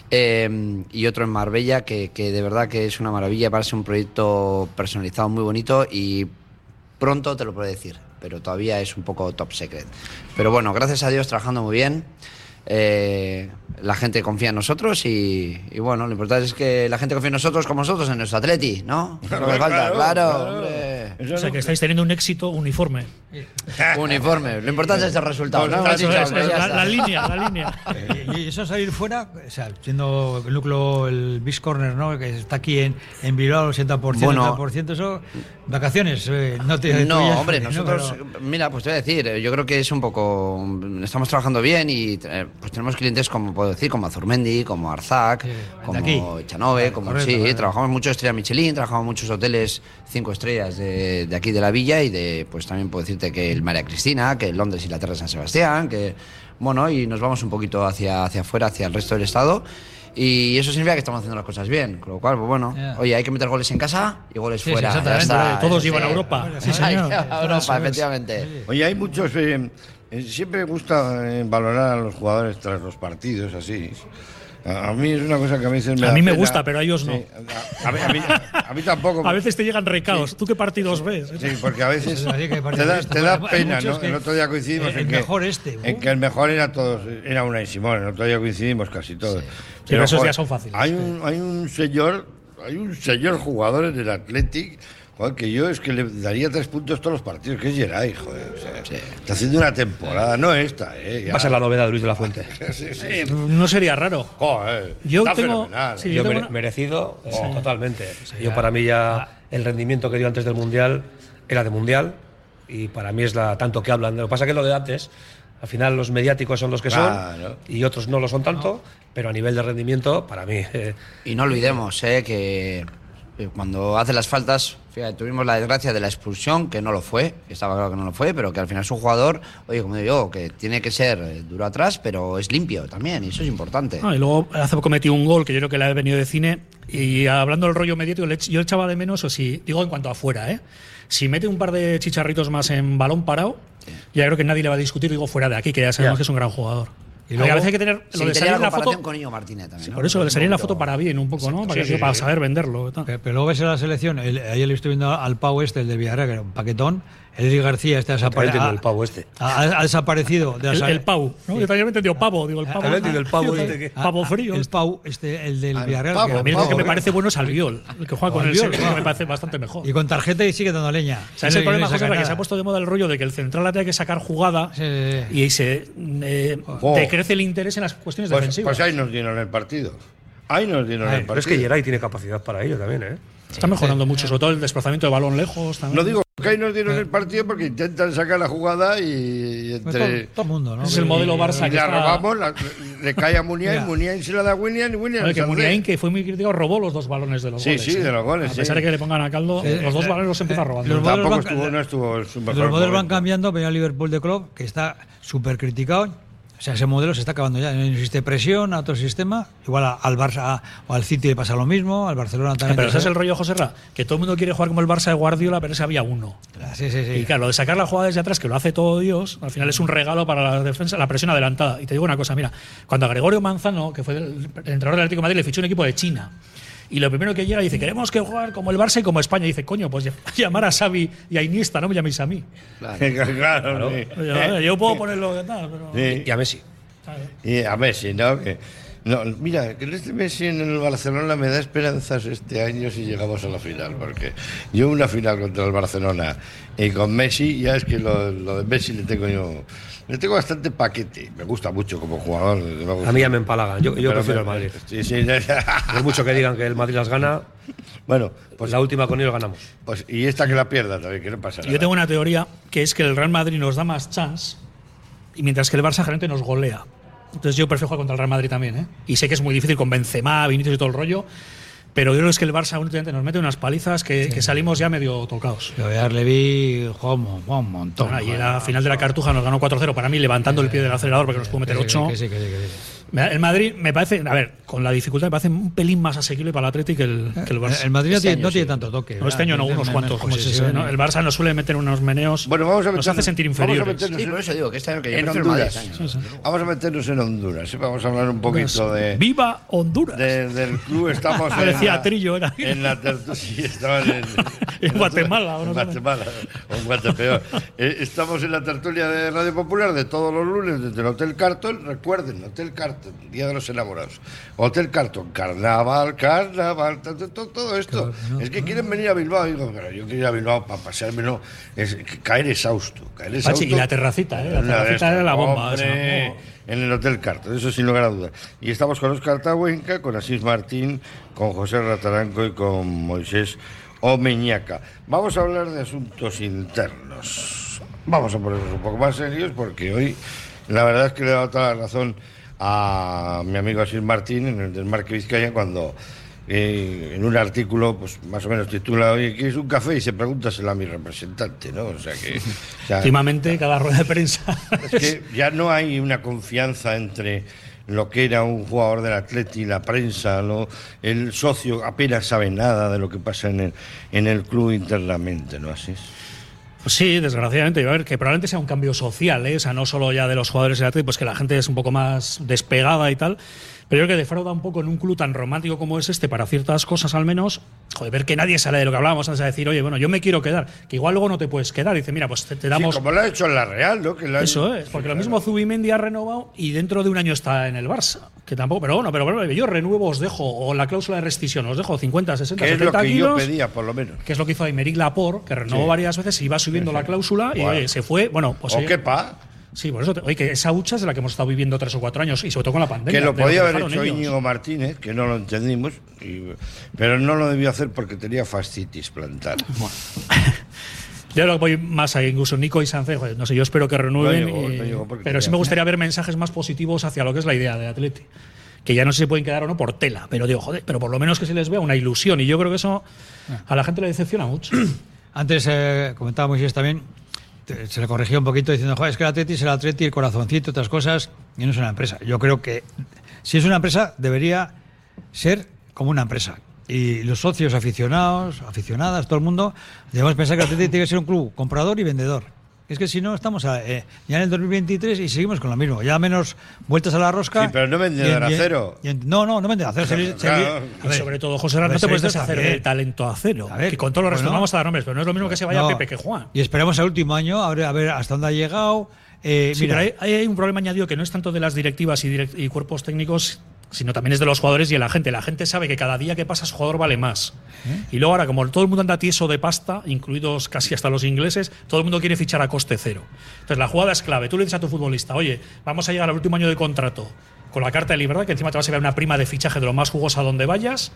Eh, y otro en Marbella, que, que de verdad que es una maravilla. Parece un proyecto personalizado muy bonito y pronto te lo puedo decir, pero todavía es un poco top secret. Pero bueno, gracias a Dios trabajando muy bien. eh, la gente confía en nosotros y, y bueno, lo importante es que la gente confía en nosotros como nosotros en nuestro atleti, ¿no? Es lo que falta, claro. O sea, que estáis teniendo un éxito uniforme. Uniforme. Lo importante es el resultado. ¿no? Pues Eso es, Ya la- está. la línea, la línea. Eh, Y y eso salir fuera, o sea, siendo el núcleo, el Beach Corner, ¿no? Que está aquí en, en Bilbao, el 80%, Bueno. 80%, eso, vacaciones, eh, no te No, tuyas, hombre, ¿no? nosotros, Pero- mira, pues te voy a decir, eh, yo creo que es un poco, mm, estamos trabajando bien y eh, pues tenemos clientes como puedo decir, como Azurmendi, como Arzac, aquí. como Echanove, como correcto, sí, vale. trabajamos mucho estrella Michelin, trabajamos muchos hoteles cinco estrellas de, de aquí de la villa y de, pues también puedo decirte que el María Cristina, que el Londres y la Tierra de San Sebastián, que bueno, y nos vamos un poquito hacia hacia afuera, hacia el resto del estado. Y eso significa que estamos haciendo las cosas bien, con lo cual, pues bueno, Ya. oye, hay que meter goles en casa y goles Sí, sí, fuera. ya exactamente, está, todos eso iban a sí. Europa. Sí, señor. Ay, a Eso Europa, es. efectivamente. Oye, hay muchos. eh, eh, siempre me gusta eh, valorar a los jugadores tras los partidos, así. A, a mí es una cosa que a veces me. A da mí me pena. gusta, pero a ellos Sí, no. a, a mí, a mí- a mí tampoco. A veces te llegan recaos. ¿Tú qué partidos ves? Sí, porque a veces Eso es así, que hay te partidos da, de esto. te da Hay pena, muchos ¿no? que- El otro día coincidimos el- en el que. mejor este, En que el mejor era todos. Era una y Simón. El otro día coincidimos casi todos. pero esos joder, ya son fáciles. Hay un, hay un señor. Hay un señor jugador en el Athletic. joder, que yo es que le daría tres puntos todos los partidos, que es Geray, joder. o sea, Está haciendo una temporada, no esta, ¿eh? Va a ser la novedad de Luis de la Fuente. sí, sí. No sería raro. Joder, Yo está tengo- fenomenal. sí, yo tengo mere- una- merecido eh, Sí. totalmente. yo ya. para mí Ah. ya el rendimiento que dio antes del mundial era de mundial y para mí es la tanto que hablan. Lo que pasa que lo de antes, al final los mediáticos son los que Claro. son y otros no lo son tanto, pero a nivel de rendimiento para mí. eh, Y no olvidemos eh, que eh, cuando hace las faltas, fíjate, tuvimos la desgracia de la expulsión, que no lo fue, que estaba claro que no lo fue, pero que al final es un jugador, oye, como digo yo, que tiene que ser eh, duro atrás, pero es limpio también, y eso es importante. Ah, y luego hace poco metí un gol que yo creo que le ha venido de cine. Y hablando del rollo mediático, le- yo echaba de menos, o si, digo en cuanto a afuera, ¿eh? si mete un par de chicharritos más en balón parado, ya creo que nadie le va a discutir, digo fuera de aquí, que ya sabemos Ya. que es un gran jugador. Y luego, a veces hay que tener Sí, lo de tenía salir la en la comparación foto. con Íñigo Martínez también. Sí, ¿no? por eso, lo de salir en la foto para bien, un poco, ¿no? Para, que- para saber venderlo. y tal. Pero, pero luego ves a la selección. el- ayer le estoy viendo al Pau este, el de Villarreal, que era un paquetón. Edri García está desaparecido. el Pau este. Ha, ha- ha desaparecido. de la El, sale- el pau, ¿no? Sí. Ah, Yo también me he entendido pavo, digo el pavo. Había entendido el pavo Yo este también. que- Pavo frío. El pavo, este, el Ah, del Al Villarreal. pavo, que- a mí el que eh. eh. me parece bueno es Albiol, el que juega con el Albiol, Sevilla, claro. que me parece bastante mejor. Y con tarjeta y sigue dando leña. O sea, es el Y no- y no problema, saca José, que nada. se ha puesto de moda el rollo de que el central la tiene que sacar jugada y ahí se eh, Oh. decrece el interés en las cuestiones Pues, defensivas. pues ahí nos dieron el partido. Ahí nos dieron Ay, el partido. pero es que Geray tiene capacidad para ello también, ¿eh? Está mejorando mucho, sobre todo el desplazamiento de balón lejos. También. No digo que ahí nos dieron el partido porque intentan sacar la jugada y entre. Pues todo- todo el mundo, ¿no? Es el modelo Barça que La está- robamos, la- le cae a Muniain, Mira. Muniain se la da a William y William A ver, se que la hace. Muniain, que fue muy criticado, robó los dos balones de los Sí, goles. sí, ¿eh? de los goles, A pesar sí. de que le pongan a caldo, Sí, los dos eh, balones los empieza robando. los modelos Tampoco van- estuvo, no estuvo en su Los mejor modelos van momento. cambiando, venía el Liverpool de Klopp, que está súper criticado. O sea, ese modelo se está acabando ya. No existe presión a otro sistema. Igual a- al Barça o al City le pasa lo mismo, al Barcelona también. Pero ese es el rollo, José que todo el mundo quiere jugar como el Barça de Guardiola, pero ese había uno. Sí, sí, sí. Y claro, lo de sacar la jugada desde atrás, que lo hace todo Dios, al final es un regalo para la defensa, la presión adelantada. Y te digo una cosa, mira, cuando a Gregorio Manzano, que fue el entrenador del Atlético de Madrid, le fichó un equipo de China. Y lo primero que llega dice, queremos que jugar como el Barça y como España. Y dice, coño, pues llamar a Xavi y a Iniesta, no me llaméis a mí. Claro, Eh, sí. Yo, yo puedo ponerlo que tal, pero... Sí. Y a Messi. Y a Messi, ¿no? Que, no, mira, que este Messi en el Barcelona me da esperanzas este año si llegamos a la final, porque yo una final contra el Barcelona y con Messi, ya es que lo, lo de Messi le tengo yo. Le tengo bastante paquete, me gusta mucho como jugador. me gusta. A mí ya me empalagan, yo- yo Pero prefiero me- al Madrid. Sí, sí, Por mucho que digan que el Madrid las gana, bueno, pues la última con ellos ganamos. Pues, y esta que la pierda también, que no pasa nada. Yo tengo una teoría que es que el Real Madrid nos da más chance y mientras que el Barça generalmente nos golea. Entonces yo prefiero jugar contra el Real Madrid también, ¿eh? Y sé que es muy difícil con Benzema, Vinicius y todo el rollo, pero yo creo que es que el Barça últimamente nos mete unas palizas que, que salimos ya medio tocados. Lo de Arlevi jugó un, jugó un montón. Bueno, Ah, y en la final de la Cartuja nos ganó 4-0 para mí, levantando el pie del acelerador porque nos pudo meter Que sí, 8. que sí, que sí, que sí. El Madrid me parece, a ver, con la dificultad me parece un pelín más asequible para el Atleti que el, que el Barça. Eh, El Madrid no Este tiene, año no sí. tiene tanto toque. No, este año no, unos cuantos. como se dice, ¿no? El Barça nos suele meter unos meneos. Bueno, vamos a Nos hace meternos- sentir vamos a inferiores. meternos Sí, por eso digo que este año que yo en prefiero el Madrid Honduras. este año. Vamos a meternos en Honduras. ¿eh? Vamos a hablar un poquito de. ¡Viva Honduras! de- del club estamos Lo en decía la, Trillo, era. en la tertu- sí, estaban en, En Guatemala, ¿o en no? Guatemala o en Guatepeor. Eh, estamos en la tertulia de Radio Popular de todos los lunes desde el Hotel Carton. Recuerden, Hotel Carton, Día de los Enamorados. Hotel Carton, carnaval, carnaval, ta- ta- to- todo esto. Es que quieren venir a Bilbao. Digo, pero yo quiero ir a Bilbao para pasármelo, es, que caer exhausto. Caer Pachi, exhausto y la terracita, ¿eh? La Una de terracita estas, era la bomba, hombre, esa, ¿no? en el Hotel Carto, eso sin lugar a dudas. Y estamos con Oscar Tahuenca, con Asís Martín, con José Rataranco y con Moisés Omeñaca. Vamos a hablar de asuntos internos. Vamos a ponernos un poco más serios porque hoy la verdad es que le he dado toda la razón a mi amigo Asís Martín en el desmarque Vizcaya cuando eh, en un artículo pues más o menos titula Oye, ¿quieres un café? y se pregúntaselo a mi representante, ¿no? O sea que... o sea, Últimamente, cada rueda de prensa. es que ya no hay una confianza entre lo que era un jugador del Atleti, la prensa, lo- el socio apenas sabe nada de lo que pasa en el, en el club internamente, ¿no? Así es. Pues sí, desgraciadamente. A ver, que probablemente sea un cambio social, ¿eh? O sea, no solo ya de los jugadores del Atlético, pues que la gente es un poco más despegada y tal. Pero yo creo que defrauda un poco en un club tan romántico como es este, para ciertas cosas al menos, joder, ver que nadie sale de lo que hablábamos antes a decir, oye, bueno, yo me quiero quedar, que igual luego no te puedes quedar. Dice, mira, pues te, te damos. Sí, como lo ha hecho en la Real, ¿no? Que lo ha- Eso es, porque lo mismo Zubimendi ha renovado y dentro de un año está en el Barça. Que tampoco, pero bueno, pero bueno, yo renuevo, os dejo, o la cláusula de rescisión, os dejo 50, 60, Que es lo 70 que yo kilos pedía, por lo menos. que es lo que hizo Aymeric Laporte, que renovó Sí. varias veces, iba subiendo la cláusula y Bueno. oye, se fue. Bueno, pues. O oye, Kepa. Sí, por eso. te- oye, que esa hucha es la que hemos estado viviendo tres o cuatro años y sobre todo con la pandemia. que lo de podía haber dejaron hecho ellos. Íñigo Martínez, que no lo entendimos, y- pero no lo debió hacer porque tenía fascitis plantar. Yo lo voy más ahí, incluso Nico y Sánchez, joder, no sé, yo espero que renueven. No llegó, y- no llegó porque pero sí tenía- me gustaría ver mensajes más positivos hacia lo que es la idea de Atleti. Que ya no sé si pueden quedar o no por tela, pero digo, joder, pero por lo menos que se les vea una ilusión. Y yo creo que eso a la gente le decepciona mucho. Antes eh, comentaba Moisés también, te- se le corrigió un poquito diciendo, "Joder, es que el Atleti es el Atleti, el corazoncito, otras cosas, y no es una empresa. Yo creo que si es una empresa, debería ser como una empresa. Y los socios, aficionados, aficionadas, todo el mundo, debemos pensar que el Atleti tiene que ser un club comprador y vendedor. Es que si no, estamos a, eh, ya en el 2023 y seguimos con lo mismo. Ya menos vueltas a la rosca. Sí, pero no venden Y en- al y en- acero. y en- no, no, no venden acero. se- se- Claro. a ver, sobre todo, José pues, Ra, a ver, no te se- puedes esto deshacer también. del talento acero. A ver, que con todo lo resto, bueno. vamos a dar nombres, pero no es lo mismo que se vaya No. Pepe que Juan. Y esperamos al último año, a ver, a ver hasta dónde ha llegado. Eh, Sí, mira, pero hay, hay un problema añadido que no es tanto de las directivas y, direc- y cuerpos técnicos, sino también es de los jugadores y de la gente. La gente sabe que cada día que pasa, su jugador vale más. ¿Eh? Y luego ahora, como todo el mundo anda tieso de pasta, incluidos casi hasta los ingleses, todo el mundo quiere fichar a coste cero. Entonces la jugada es clave. Tú le dices a tu futbolista, oye, vamos a llegar al último año de contrato con la carta de libertad, que encima te vas a llevar una prima de fichaje de lo más jugosa donde vayas.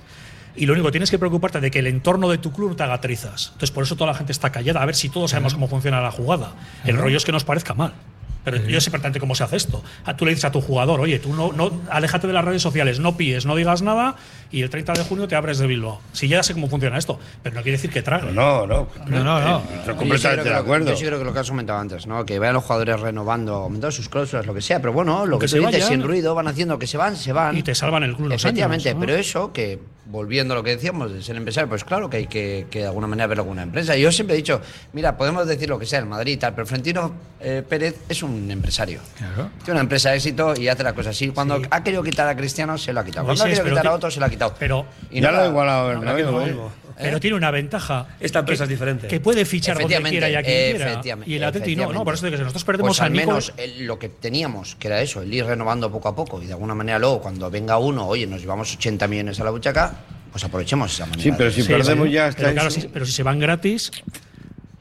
Y lo único que tienes que preocuparte de que el entorno de tu club no te haga trizas. Entonces, por eso toda la gente está callada, a ver si todos sabemos cómo funciona la jugada. El Claro. rollo es que nos parezca mal. Pero yo sé perfectamente cómo se hace esto. Ah, Tú le dices a tu jugador, oye, tú no, no, aléjate de las redes sociales, no píes, no digas nada, y el 30 de junio te abres de Bilbao. Si ya sé cómo funciona esto, pero no quiere decir que trague. No, no. No, no, no. Yo Estoy sí creo completamente que de lo- acuerdo. Yo sí creo que lo que has comentado antes, ¿no? Que vayan los jugadores renovando, aumentando sus cláusulas, lo que sea, pero bueno, lo Que que, se se dice, vayan. sin ruido, van haciendo que se van, se van. Y te salvan el club los Efectivamente, años, ¿no? pero eso que, volviendo a lo que decíamos de ser empresario, pues claro que hay que, que de alguna manera ver alguna empresa. Yo siempre he dicho, mira, podemos decir lo que sea, el Madrid y tal, pero Florentino eh, Pérez es un empresario. Tiene una empresa de éxito y hace las cosas así. Cuando ha querido quitar a Cristiano, se lo ha quitado. Cuando ha Moisés, querido Pues pero quitar a ti- otro, se lo ha quitado. Pero Y nada. No, Nada que no, ver. ¿eh? no. Pero tiene una ventaja. Esta empresa que- es diferente. Que puede fichar donde ¿Eh? Efectivamente, quiera y a quien quiera. efectivamente, Y el Atleti no, no, por eso digo que nosotros perdemos Pues a al Nico- menos el- lo que teníamos, que era eso, el ir renovando poco a poco. Y de alguna manera luego, cuando venga uno, oye, nos llevamos 80 millones a la buchaca, pues aprovechemos esa manera. Sí, pero si perdemos ya está Pero, claro, eso. si, pero si se van gratis,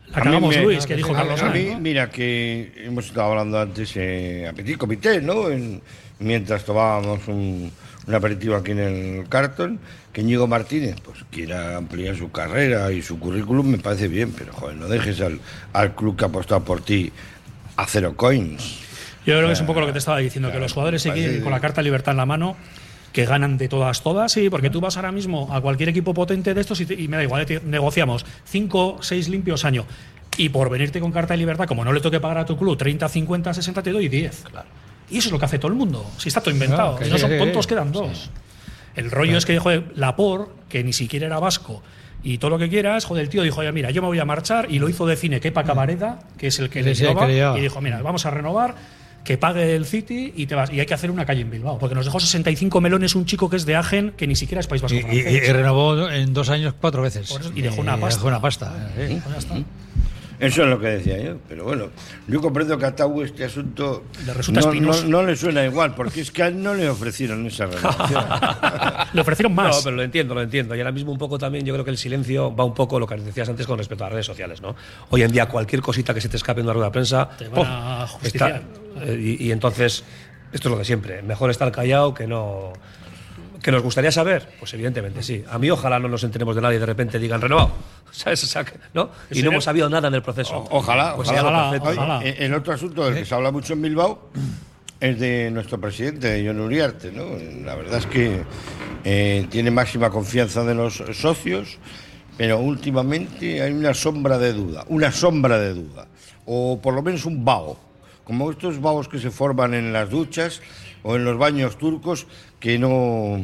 la A mí cagamos me- Luis, que dijo a- Carlos a Sainz, mí, ¿no? Mira que hemos estado hablando antes eh, a Petit Comité, ¿no? En- mientras tomábamos un, un aperitivo aquí en el Carton, que Íñigo Martínez pues quiera ampliar su carrera y su currículum, me parece bien, pero joder, no dejes al, al club que ha apostado por ti a cero coins. Yo creo que es un poco lo que te estaba diciendo, que los jugadores se parece- quieren con la carta de libertad en la mano, que ganan de todas, todas, sí, porque tú vas ahora mismo a cualquier equipo potente de estos y, te- y me da igual, eh, te- negociamos 5, 6 limpios año. Y por venirte con carta de libertad, como no le toque pagar a tu club 30, 50, 60, te doy 10. Y eso es lo que hace todo el mundo. Si está todo inventado. Claro, que si no sí, son sí, tontos, sí. quedan dos. El rollo es que, joder, Lapor, que ni siquiera era vasco, y todo lo que quieras, joder, el tío dijo, oye, mira, yo me voy a marchar, y lo hizo de cine Kepa Cabareda, que es el que Mm. Sí, le sí, el que llevaba, le llevaba. y dijo, mira, vamos a renovar, que pague el City y te vas. Y hay que hacer una calle en Bilbao, porque nos dejó 65 melones un chico que es de Agen, que ni siquiera es País Vasco. y, y- y francés. renovó en dos años cuatro veces. pues Eh, Por eso- y dejó una pasta. dejó una pasta. eh, eh. Eso es lo que decía yo, pero bueno, yo comprendo que a Tau este asunto Le resulta no, no, espinoso. no le suena igual, porque es que a él no le ofrecieron esa renovación. Le ofrecieron más. No, pero lo entiendo, lo entiendo. Y ahora mismo un poco también yo creo que el silencio va un poco a lo que decías antes con respecto a las redes sociales, ¿no? Hoy en día cualquier cosita que se te escape en una rueda de prensa Te van ¡pum! a justiciar. eh, y, y entonces esto es lo de siempre. Mejor estar callado que no. ¿Que nos gustaría saber? Pues evidentemente sí. A mí ojalá no nos enteremos de nadie y de repente digan renovado. ¿Sabes? O sea, que- ¿no? Y no hemos sabido nada en el proceso. Ojalá, Pues ojalá. sería lo perfecto. Oye, eh, El otro asunto del que se habla mucho en Bilbao es de nuestro presidente, John Uriarte. ¿no? La verdad es que eh, tiene máxima confianza de los socios, pero últimamente hay una sombra de duda, una sombra de duda, o por lo menos un vaho, como estos vagos que se forman en las duchas o en los baños turcos que no,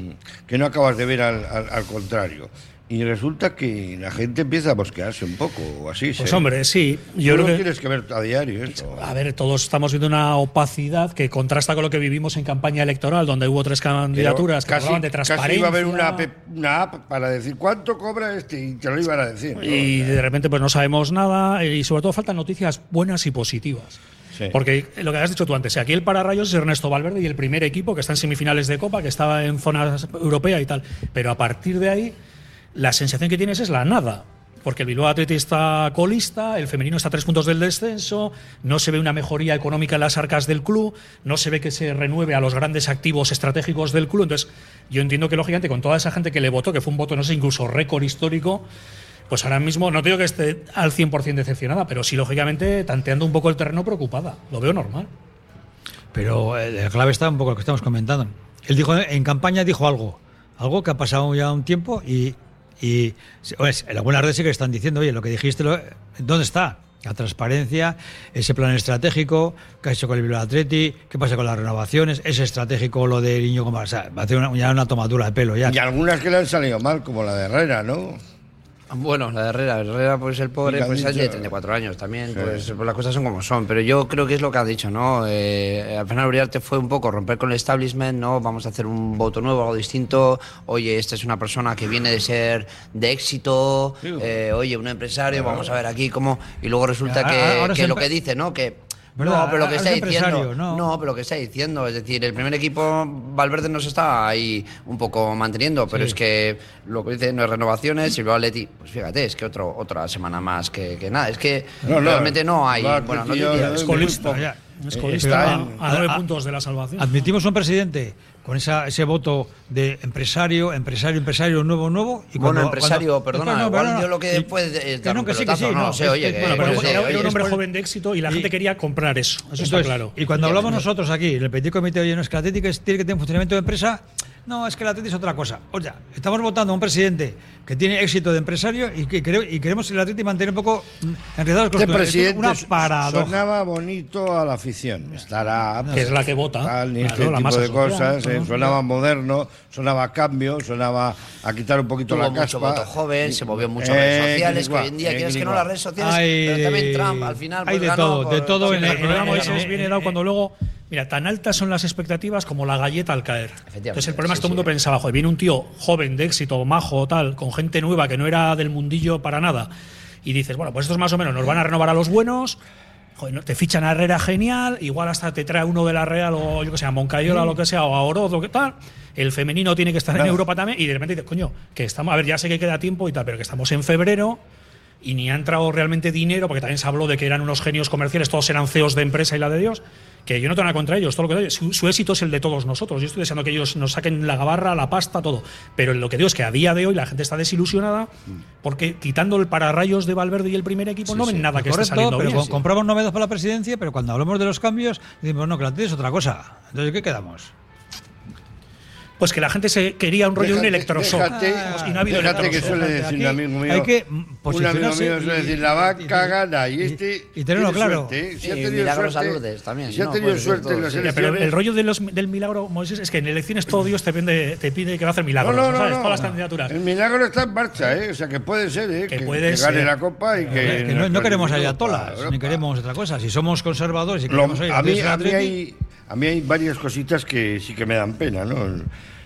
que no acabas de ver al, al- al contrario. Y resulta que la gente empieza a bosquearse un poco, o así. Pues se- hombre, sí. yo Yo creo que, tienes que ver a diario eso. a ver, todos estamos viendo una opacidad que contrasta con lo que vivimos en campaña electoral, donde hubo tres candidaturas que casi, hablaban de casi transparencia. iba a haber una, app- una app para decir cuánto cobra este y te lo iban a decir. ¿no? y de repente pues no sabemos nada y sobre todo faltan noticias buenas y positivas. Sí. Porque lo que has dicho tú antes, aquí el pararrayos es Ernesto Valverde y el primer equipo que está en semifinales de Copa, que estaba en zona europea y tal. Pero a partir de ahí, la sensación que tienes es la nada. Porque el Bilbao Atleti está colista, el femenino está a tres puntos del descenso, no se ve una mejoría económica en las arcas del club, no se ve que se renueve a los grandes activos estratégicos del club. Entonces, yo entiendo que, lógicamente, con toda esa gente que le votó, que fue un voto, no sé, incluso récord histórico, pues ahora mismo no te digo que esté al 100% decepcionada, pero sí, lógicamente, tanteando un poco el terreno preocupada. Lo veo normal. Pero eh, la clave está un poco lo que estamos comentando. Él dijo en campaña dijo algo, algo que ha pasado ya un tiempo y, y pues, en algunas redes sí que están diciendo, oye, lo que dijiste, lo- ¿dónde está? La transparencia, ese plan estratégico, qué ha hecho con el Bilbao Atleti, qué pasa con las renovaciones, es estratégico lo de Niño Gómez, o sea, va a hacer una, ya una tomadura de pelo ya. Y algunas que le han salido mal, como la de Herrera, ¿no? Bueno, la de Herrera, Herrera pues el pobre Venga, pues es de dicho. 34 años también, Sí. pues, pues las cosas son como son, pero yo creo que es lo que has dicho, ¿no? Eh, al final Uriarte fue un poco romper con el establishment, ¿no? Vamos a hacer un voto nuevo, algo distinto, oye, esta es una persona que viene de ser de éxito, eh, oye, un empresario, Claro. vamos a ver aquí cómo, y luego resulta Ya, que, ahora que es lo empre- que dice, ¿no? Que no, ¿Verdad? pero lo que Ahora está es diciendo. empresario, ¿no? pero lo que está diciendo. Es decir, el primer equipo, Valverde nos está ahí un poco manteniendo, pero Sí. es que lo que dice no es renovaciones, y luego Atleti, pues fíjate, es que otro, otra semana más que, que nada. Es que No, no, realmente no hay. va, Bueno, tío, noticias. es Es colista, ya. Es Eh, colista pero en- a nueve puntos de la salvación. Admitimos un presidente con esa, ese voto de empresario, empresario, empresario, nuevo, nuevo. Y Bueno, cuando, empresario, cuando- perdona, No, no, igual perdona. yo lo que Y- puede, eh, que dar no, un que sí, que sí, pelotazo, no, no, sé, es- oye, es- que- bueno, pero pues, bueno, eh, era oye, un hombre es- joven de éxito y la Y- gente quería comprar eso. Eso está Entonces, claro. Y cuando hablamos nosotros aquí, el Petit Comité, oye, no es que la Atlético es- tiene que tener funcionamiento de empresa, no, es que la Atlético es otra cosa. O sea, estamos votando a un presidente que tiene éxtico de empresario y, que, creo- y queremos el Atlético mantener un poco mm, enredados con Este los- es presidente una so- paradoja. sonaba bonito a la afición. Estará pues, Que es la que vota. tal, ni Claro, este la tipo masa de social, cosas. eh, ¿no? sonaba moderno, sonaba a cambio, sonaba a quitar un poquito Tuvo la mucho caspa. voto joven, se movió mucho en Eh, redes sociales, que igual, hoy en día eh, quieres que no igual. las redes sociales, Hay pero también de- Trump al final. hay pues, de ganó todo, por- de todo Sí, pero en el- el programa programa hoy ese es es viene dado cuando luego. Mira, tan altas son las expectativas como la galleta al caer. Entonces el problema es que todo el mundo pensaba, joder, viene un tío joven, de éxito, majo, tal, con gente nueva que no era del mundillo para nada. Y dices, bueno, pues estos más o menos nos van a renovar a los buenos. joder, no- te fichan a Herrera genial, igual hasta te trae uno de la Real o yo que sea, Moncayola o lo que sea, o a Oroz o qué tal. El femenino tiene que estar en Claro. Europa también. Y de repente dices, coño, que estamos, a ver, ya sé que queda tiempo y tal, pero que estamos en febrero y ni ha entrado realmente dinero, porque también se habló de que eran unos genios comerciales, todos eran CEOs de empresa y la de Dios, que yo no tengo nada contra ellos, todo lo que doy, su, su éxito es el de todos nosotros, yo estoy deseando que ellos nos saquen la gabarra, la pasta, todo, pero lo que digo es que a día de hoy la gente está desilusionada Mm. porque quitando el pararrayos de Valverde y el primer equipo no ven nada que esté Correcto, saliendo pero bien. co- compramos novedades para la presidencia, pero cuando hablamos de los cambios, decimos, no, que la Atlético es otra cosa. Entonces, ¿qué quedamos? Pues que la gente se quería un rollo Déjate- un electroshock Ah. déjate- Pues y no ha habido déjate que electroshock. suele decir un amigo mío. hay que, mm, un amigo mío posicionarse suele y- decir la vaca gana y este. y tenerlo tiene claro. suerte, ¿eh? Si ha Y tenido milagros suerte- a Lourdes también, Si ha no, tenido puede ser suerte en todo. las Sí, Ya, pero eh, el elecciones- rollo de los, del milagro, Moisés, es que en elecciones todo Dios te, pende- te pide que va a hacer milagros. No, no, ¿sabes? no, no. Todas las candidaturas. El milagro está en marcha, ¿eh? O sea, que puede ser, ¿eh? Que, puede que gane ser. la copa y Eh, que. Que no, no queremos Para ayatolas, Europa. ni queremos otra cosa. Si somos conservadores y Lo- queremos oye, a, mí, Atlético es el a, mí Atlético, hay, a mí hay varias cositas que sí que me dan pena, ¿no?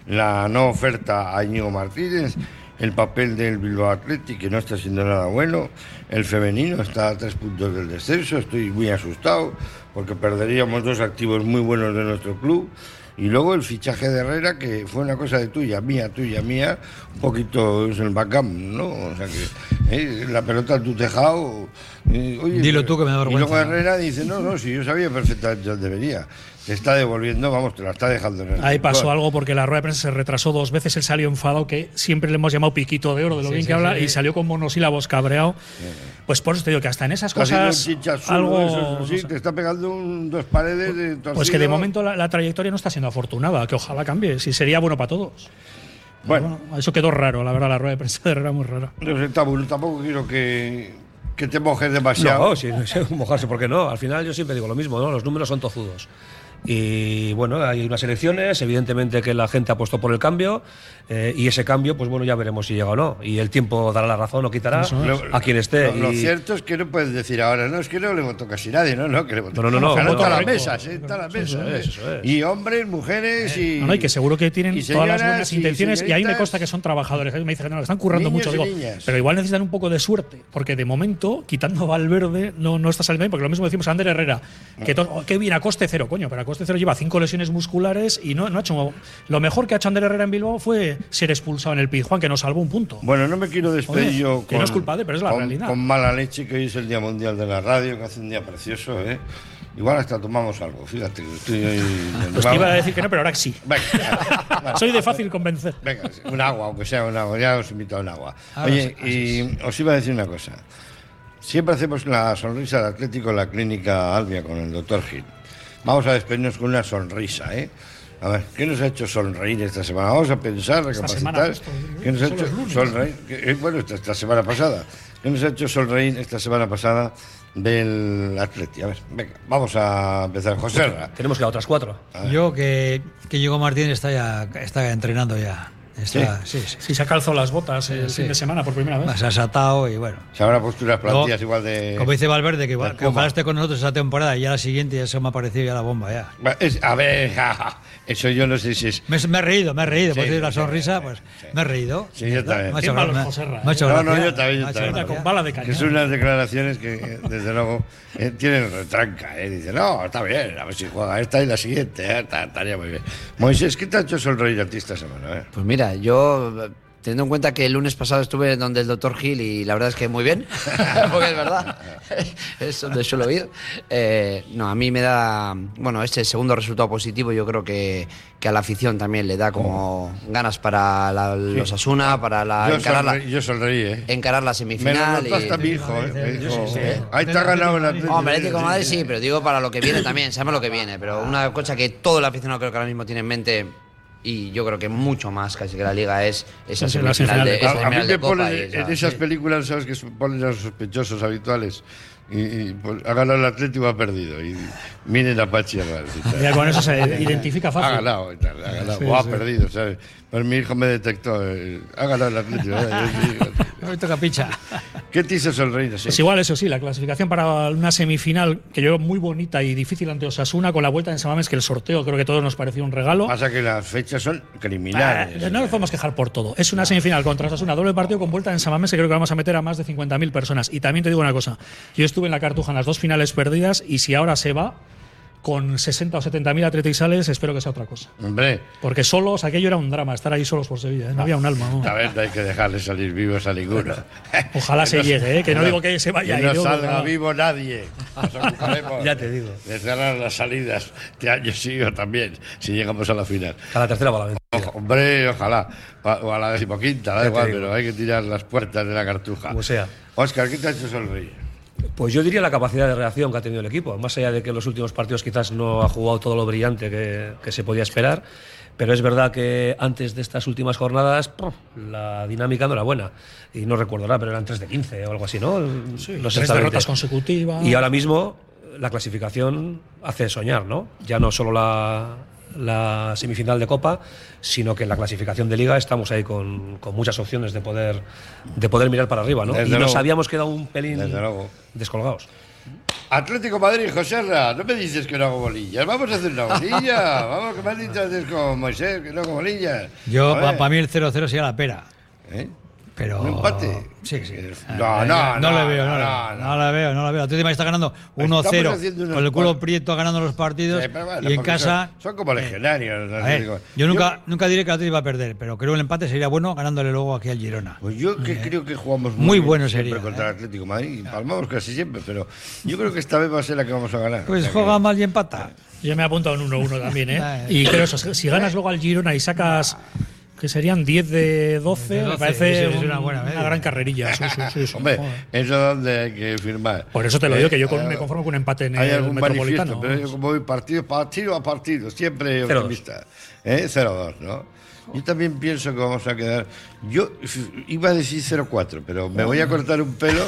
La no oferta a Íñigo Martínez, el papel del Bilbao Athletic, que no está siendo nada bueno, el femenino está a tres puntos del descenso, estoy muy asustado porque perderíamos dos activos muy buenos de nuestro club. Y luego el fichaje de Herrera, que fue una cosa de tuya, mía, tuya, mía, un poquito es el backhand, ¿no? O sea que eh, la pelota en tu tejado. eh, oye, Dilo tú, que me da y luego vergüenza. Herrera dice, no, no, si yo sabía perfectamente dónde venía. Te está devolviendo, vamos, te la está dejando en el Ahí rincón. pasó algo porque la rueda de prensa se retrasó dos veces. Él salió enfadado, que siempre le hemos llamado piquito de oro, de lo Sí, bien sí, que habla, sí. y salió con monosílabos cabreado. Pues por eso te digo que hasta en esas Está haciendo cosas. un chinchazo, algo, eso, eso sí, no sé. te está pegando un- dos paredes de torcido. Pues que de momento la, la trayectoria no está siendo afortunada, que ojalá cambie, si sería bueno para todos. Bueno. Pero bueno, eso quedó raro, la verdad, la rueda de prensa de Herrera muy rara. No sé, Tabu, tampoco quiero que, que te mojes demasiado. No, sí, sí, mojarse, ¿por qué no? Al final yo siempre digo lo mismo, ¿no? Los números son tozudos. Y bueno, hay unas elecciones, evidentemente que la gente apostó por el cambio, eh, y ese cambio, pues bueno, ya veremos si llega o no. Y el tiempo dará la razón o Ah, quitará Eso es. a quien esté. Lo, lo Y- cierto es que no puedes decir ahora, no, es que no le votó casi nadie, no, no, que le votó. No, no, no, no, Claro, voto está la correcto. mesa, sí, está la mesa. eso es, eh. eso es. Y hombres, mujeres Eh, y. No, no, y que seguro que tienen y todas las señoras buenas y intenciones y ahí me señoritas. consta que son trabajadores. Ahí Me dicen que no, que están currando Niños mucho. y Digo, niñas. pero igual necesitan un poco de suerte, porque de momento, quitando a Valverde, no, no está saliendo bien, porque lo mismo decimos a Ander Herrera, que, to- oh, qué bien a coste cero, coño, pero a coste cero lleva cinco lesiones musculares y no, no ha hecho. Lo mejor que ha hecho Ander Herrera en Bilbao fue ser expulsado en el Pizjuán, que nos salvó un punto. Bueno, no me quiero despedir Oye, yo que no es culpable, pero es la con- realidad. con mala leche, que hoy es el Día Mundial de la Radio, que hace un día precioso, ¿eh? Igual hasta tomamos algo, fíjate. que Estoy hoy- Pues te iba a decir que no, pero ahora sí. Venga, vale. Soy de fácil convencer. Venga, sí, un agua, aunque sea un agua, ya os invito a un agua. Ahora Oye, sí, y os iba a decir una cosa. Siempre hacemos la sonrisa del Atlético en la clínica Albia con el doctor Gil. Vamos a despedirnos con una sonrisa, ¿eh? A ver, ¿qué nos ha hecho sonreír esta semana? Vamos a pensar, semana, recapacitar. justo, ¿Qué nos ha son hecho los lunes. sonreír? ¿Qué- eh, Bueno, esta, esta semana pasada. ¿Qué nos ha hecho sonreír esta semana pasada del Atlético? A ver, venga, vamos a empezar. José Tenemos que ir a otras cuatro. Yo que, que llegó Martínez está ya está entrenando ya. Está- sí, sí. Sí, se ha calzado las botas el sí. fin de semana por primera vez. Se ha satado y bueno. Se habrá posturas plantillas No, igual Eh, de. Como dice Valverde, que, de igual, que Puma. ojalá esté con nosotros esa temporada y ya la siguiente ya se me ha parecido ya la bomba. ya. Va, es- a ver, ja, ja, eso yo no sé si es. Me, me he reído, me he reído. Sí, por decir la sí, sonrisa, pues me he reído. Sí, yo también. Me ha hecho Qué malo, gracia, Joserra, me ha hecho No, no, gracia, yo también, me ha yo hecho también. gracia. Que son unas declaraciones que, eh, desde luego, eh, tienen retranca. eh. Dice, no, está bien, a ver si juega esta y la siguiente. eh, ta- estaría muy bien. Moisés, ¿qué te ha hecho sonreír a ti esta semana? eh? Pues mira, yo eh, teniendo en cuenta que el lunes pasado estuve donde el doctor Gil y la verdad es que muy bien, porque es verdad, es donde suelo ir. Eh, no, a mí me da, bueno, este segundo resultado positivo yo creo que, que a la afición también le da como ganas para la- los Asuna, para la, Yo encarar, la, sonreí- yo sonreí, ¿eh? encarar la Me lo semifinal. notó hasta mi hijo, ¿eh? Me dijo, "Eh, Ahí te ha ganado el Atlético. Hombre, el Atlético de Madrid sí, pero digo para lo que viene también, sabemos lo que viene, pero una cosa que todo el aficionado creo que ahora mismo tiene en mente y yo creo que mucho más casi que la liga es esa Sí, sí, la semifinal de, esa A, a mí semifinal de me Copa. ponen y esa- en esas películas, ¿sabes? Que ponen a los sospechosos habituales. Y, y, pues, ha ganado el Atlético ha perdido. Y miren a Pachi Herrera, y tal. Ya con eso se identifica fácil. Ha ganado, y tal, ha ganado. Sí, o ha sí. perdido, ¿sabes? Pero mi hijo me detectó. eh, ha ganado el Atlético. ¿eh? Me toca picha. ¿Qué te hizo sonreír? así? Pues igual, eso sí, la clasificación para una semifinal que yo veo muy bonita y difícil ante Osasuna con la vuelta en Samames, que el sorteo creo que a todos nos pareció un regalo. Pasa que las fechas son Ah, criminales. no nos podemos quejar por todo. Es una semifinal contra Osasuna, doble partido con vuelta en Samames, que creo que vamos a meter a más de 50.000 personas. Y también te digo una cosa, yo estuve en la Cartuja en las dos finales perdidas y si ahora se va con 60 o 70.000 atletizales, espero que sea otra cosa. Hombre, Porque solos, aquello era un drama, estar ahí solos por Sevilla, ¿eh? Ah. no había un alma. ¿no? a ver, no hay que dejarle salir vivos a ninguno. Ojalá Que se no- llegue, ¿eh? que no digo que se vaya. que y no digo que salga no. vivo nadie. Nos ocuparemos Ya te digo. De cerrar las salidas de año sí o también, si llegamos a la final. A la tercera bala. Ojo, hombre, ojalá. Pa- O a la decimoquinta, Ya da te igual, digo. pero hay que tirar las puertas de la cartuja. Como sea. Oscar, ¿qué te ha hecho sonreír? Pues yo diría la capacidad de reacción que ha tenido el equipo, más allá de que en los últimos partidos quizás no ha jugado todo lo brillante que, que se podía esperar, pero es verdad que antes de estas últimas jornadas ¡pum! la dinámica no era buena. Y no recuerdo nada, pero eran 3 de 15 o algo así, ¿no? No sé Tres exactamente. derrotas consecutivas. Y ahora mismo la clasificación hace soñar, ¿no? Ya no solo la, la semifinal de Copa, sino que en la clasificación de Liga estamos ahí con, con muchas opciones de poder, de poder mirar para arriba, ¿no? Desde y nos luego. habíamos quedado un pelín Desde luego. descolgados. Atlético Madrid, José no me dices que no hago bolillas. Vamos a hacer una bolilla. Vamos, que me has dicho antes con Moisés que no hago bolillas. Yo, A ver. ¿eh? para mí el 0-0 sería la pera. Pero... ¿Un empate? Eh, Sí, sí. No, no, no, no, le veo, no, no, le veo. No la veo, no la veo. Atlético de Madrid está ganando haciendo 1-0, unos con el culo cuatro- prieto ganando los partidos. Sí, pero bueno, y en porque casa, Eh, Son, son como legionarios. los a ver, Atlético. yo nunca, nunca diré que el Atlético va a perder, pero creo que el empate sería bueno ganándole luego aquí al Girona. Pues yo que creo que jugamos Muy bien bueno siempre sería, contra el Atlético de Madrid. y Palmamos casi siempre, pero yo creo que esta vez va a ser la que vamos a ganar. O Pues sea juega mal y empata. Yo me he apuntado en 1-1 también, ¿eh? Vale. y creo eso, si ganas luego al Girona y sacas que serían 10 de 12, De me 12, parece sí, sí, es una un- buena media. una gran carrerilla. Sí, sí, sí, sí. que, hombre, Joder. eso es donde hay que firmar. Pues Por eso te lo digo, que yo con- Eh, me conformo con un empate en Hay el algún manifiesto, Metropolitano. pero yo como voy partido, partido a partido, siempre 0-2. optimista. ¿Eh? 0-2, ¿no? Yo también pienso que vamos a quedar. Yo f- iba a decir 0-4, pero me voy a cortar un pelo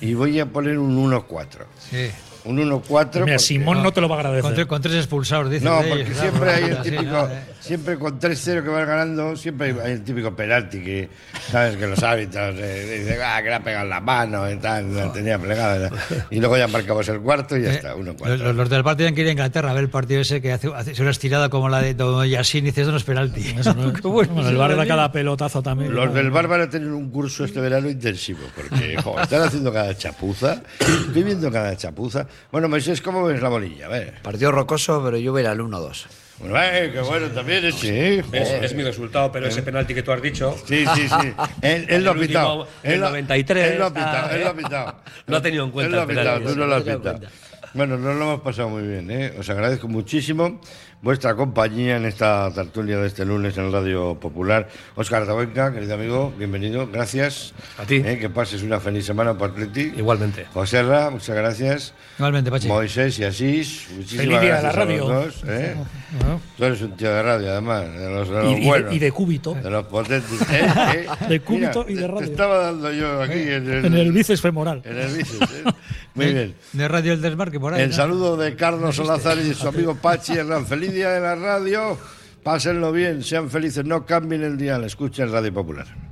y voy a poner un 1-4. Sí. Un 1-4. Mira, porque- Simón no te lo va a Con, agradecer. tre- con tres expulsados, dice. No, porque siempre hay el típico, siempre con 3-0 que van ganando, siempre hay- hay el típico penalti que, sabes, que los hábitos eh, dicen, ah, que le ha pegado en la mano y tal, la tenía plegada. Y luego ya marcamos el cuarto y ya está, Eh, Los, 1-4. los- los del partido tienen que ir a Inglaterra a ver el partido ese que hace, hace- es una estirada como la de Don Yassin y dice, eso no es penalti. Qué bueno, Bueno, el sí, bar da Dani. cada pelotazo también. Los del bar van a tener un curso este verano intensivo, porque jo, están haciendo cada chapuza, estoy viendo cada chapuza. Bueno, Moisés, ¿cómo ves la bolilla? A ver. Partido rocoso, pero yo voy a ir al 1-2. Bueno, eh, qué bueno también ese, eh, Es, joder. es mi resultado, pero ese penalti que tú has dicho. Eh. Sí, sí, sí. Él, él lo ha El pitado. último, Él el lo- 93, Él lo ha pitado, ah, él ¿eh? lo ha pitado. Lo ha tenido en cuenta Él lo ha el pitado, penalti, tú no sí, lo lo has ha tenido en pitado. Bueno, nos lo hemos pasado muy bien, ¿eh? Os agradezco muchísimo vuestra compañía en esta tertulia de este lunes en Radio Popular. Óscar Tabuenca, querido amigo, bienvenido, gracias. A ti. Eh, que pases una feliz semana por ti. Igualmente. José Ra, muchas gracias. Igualmente, Pachi. Moisés y Asís, muchísimas Feliz día de gracias la a radio. los dos. ¿eh? Ah. Tú eres un tío de radio, además, de los, de Y, los y de- buenos. y de cúbito. De los potentes. ¿eh? ¿eh? De cúbito Mira, y de te- radio. Te estaba dando yo aquí en el, En el bíceps femoral. en el bíceps, ¿eh? Muy bien. De Radio El Desmarque por ahí. El ¿no? Este, saludo de Carlos Solazar y de su amigo Pachi Hernán. Feliz día de la radio. Pásenlo bien, sean felices, no cambien el dial, escuchen Radio Popular.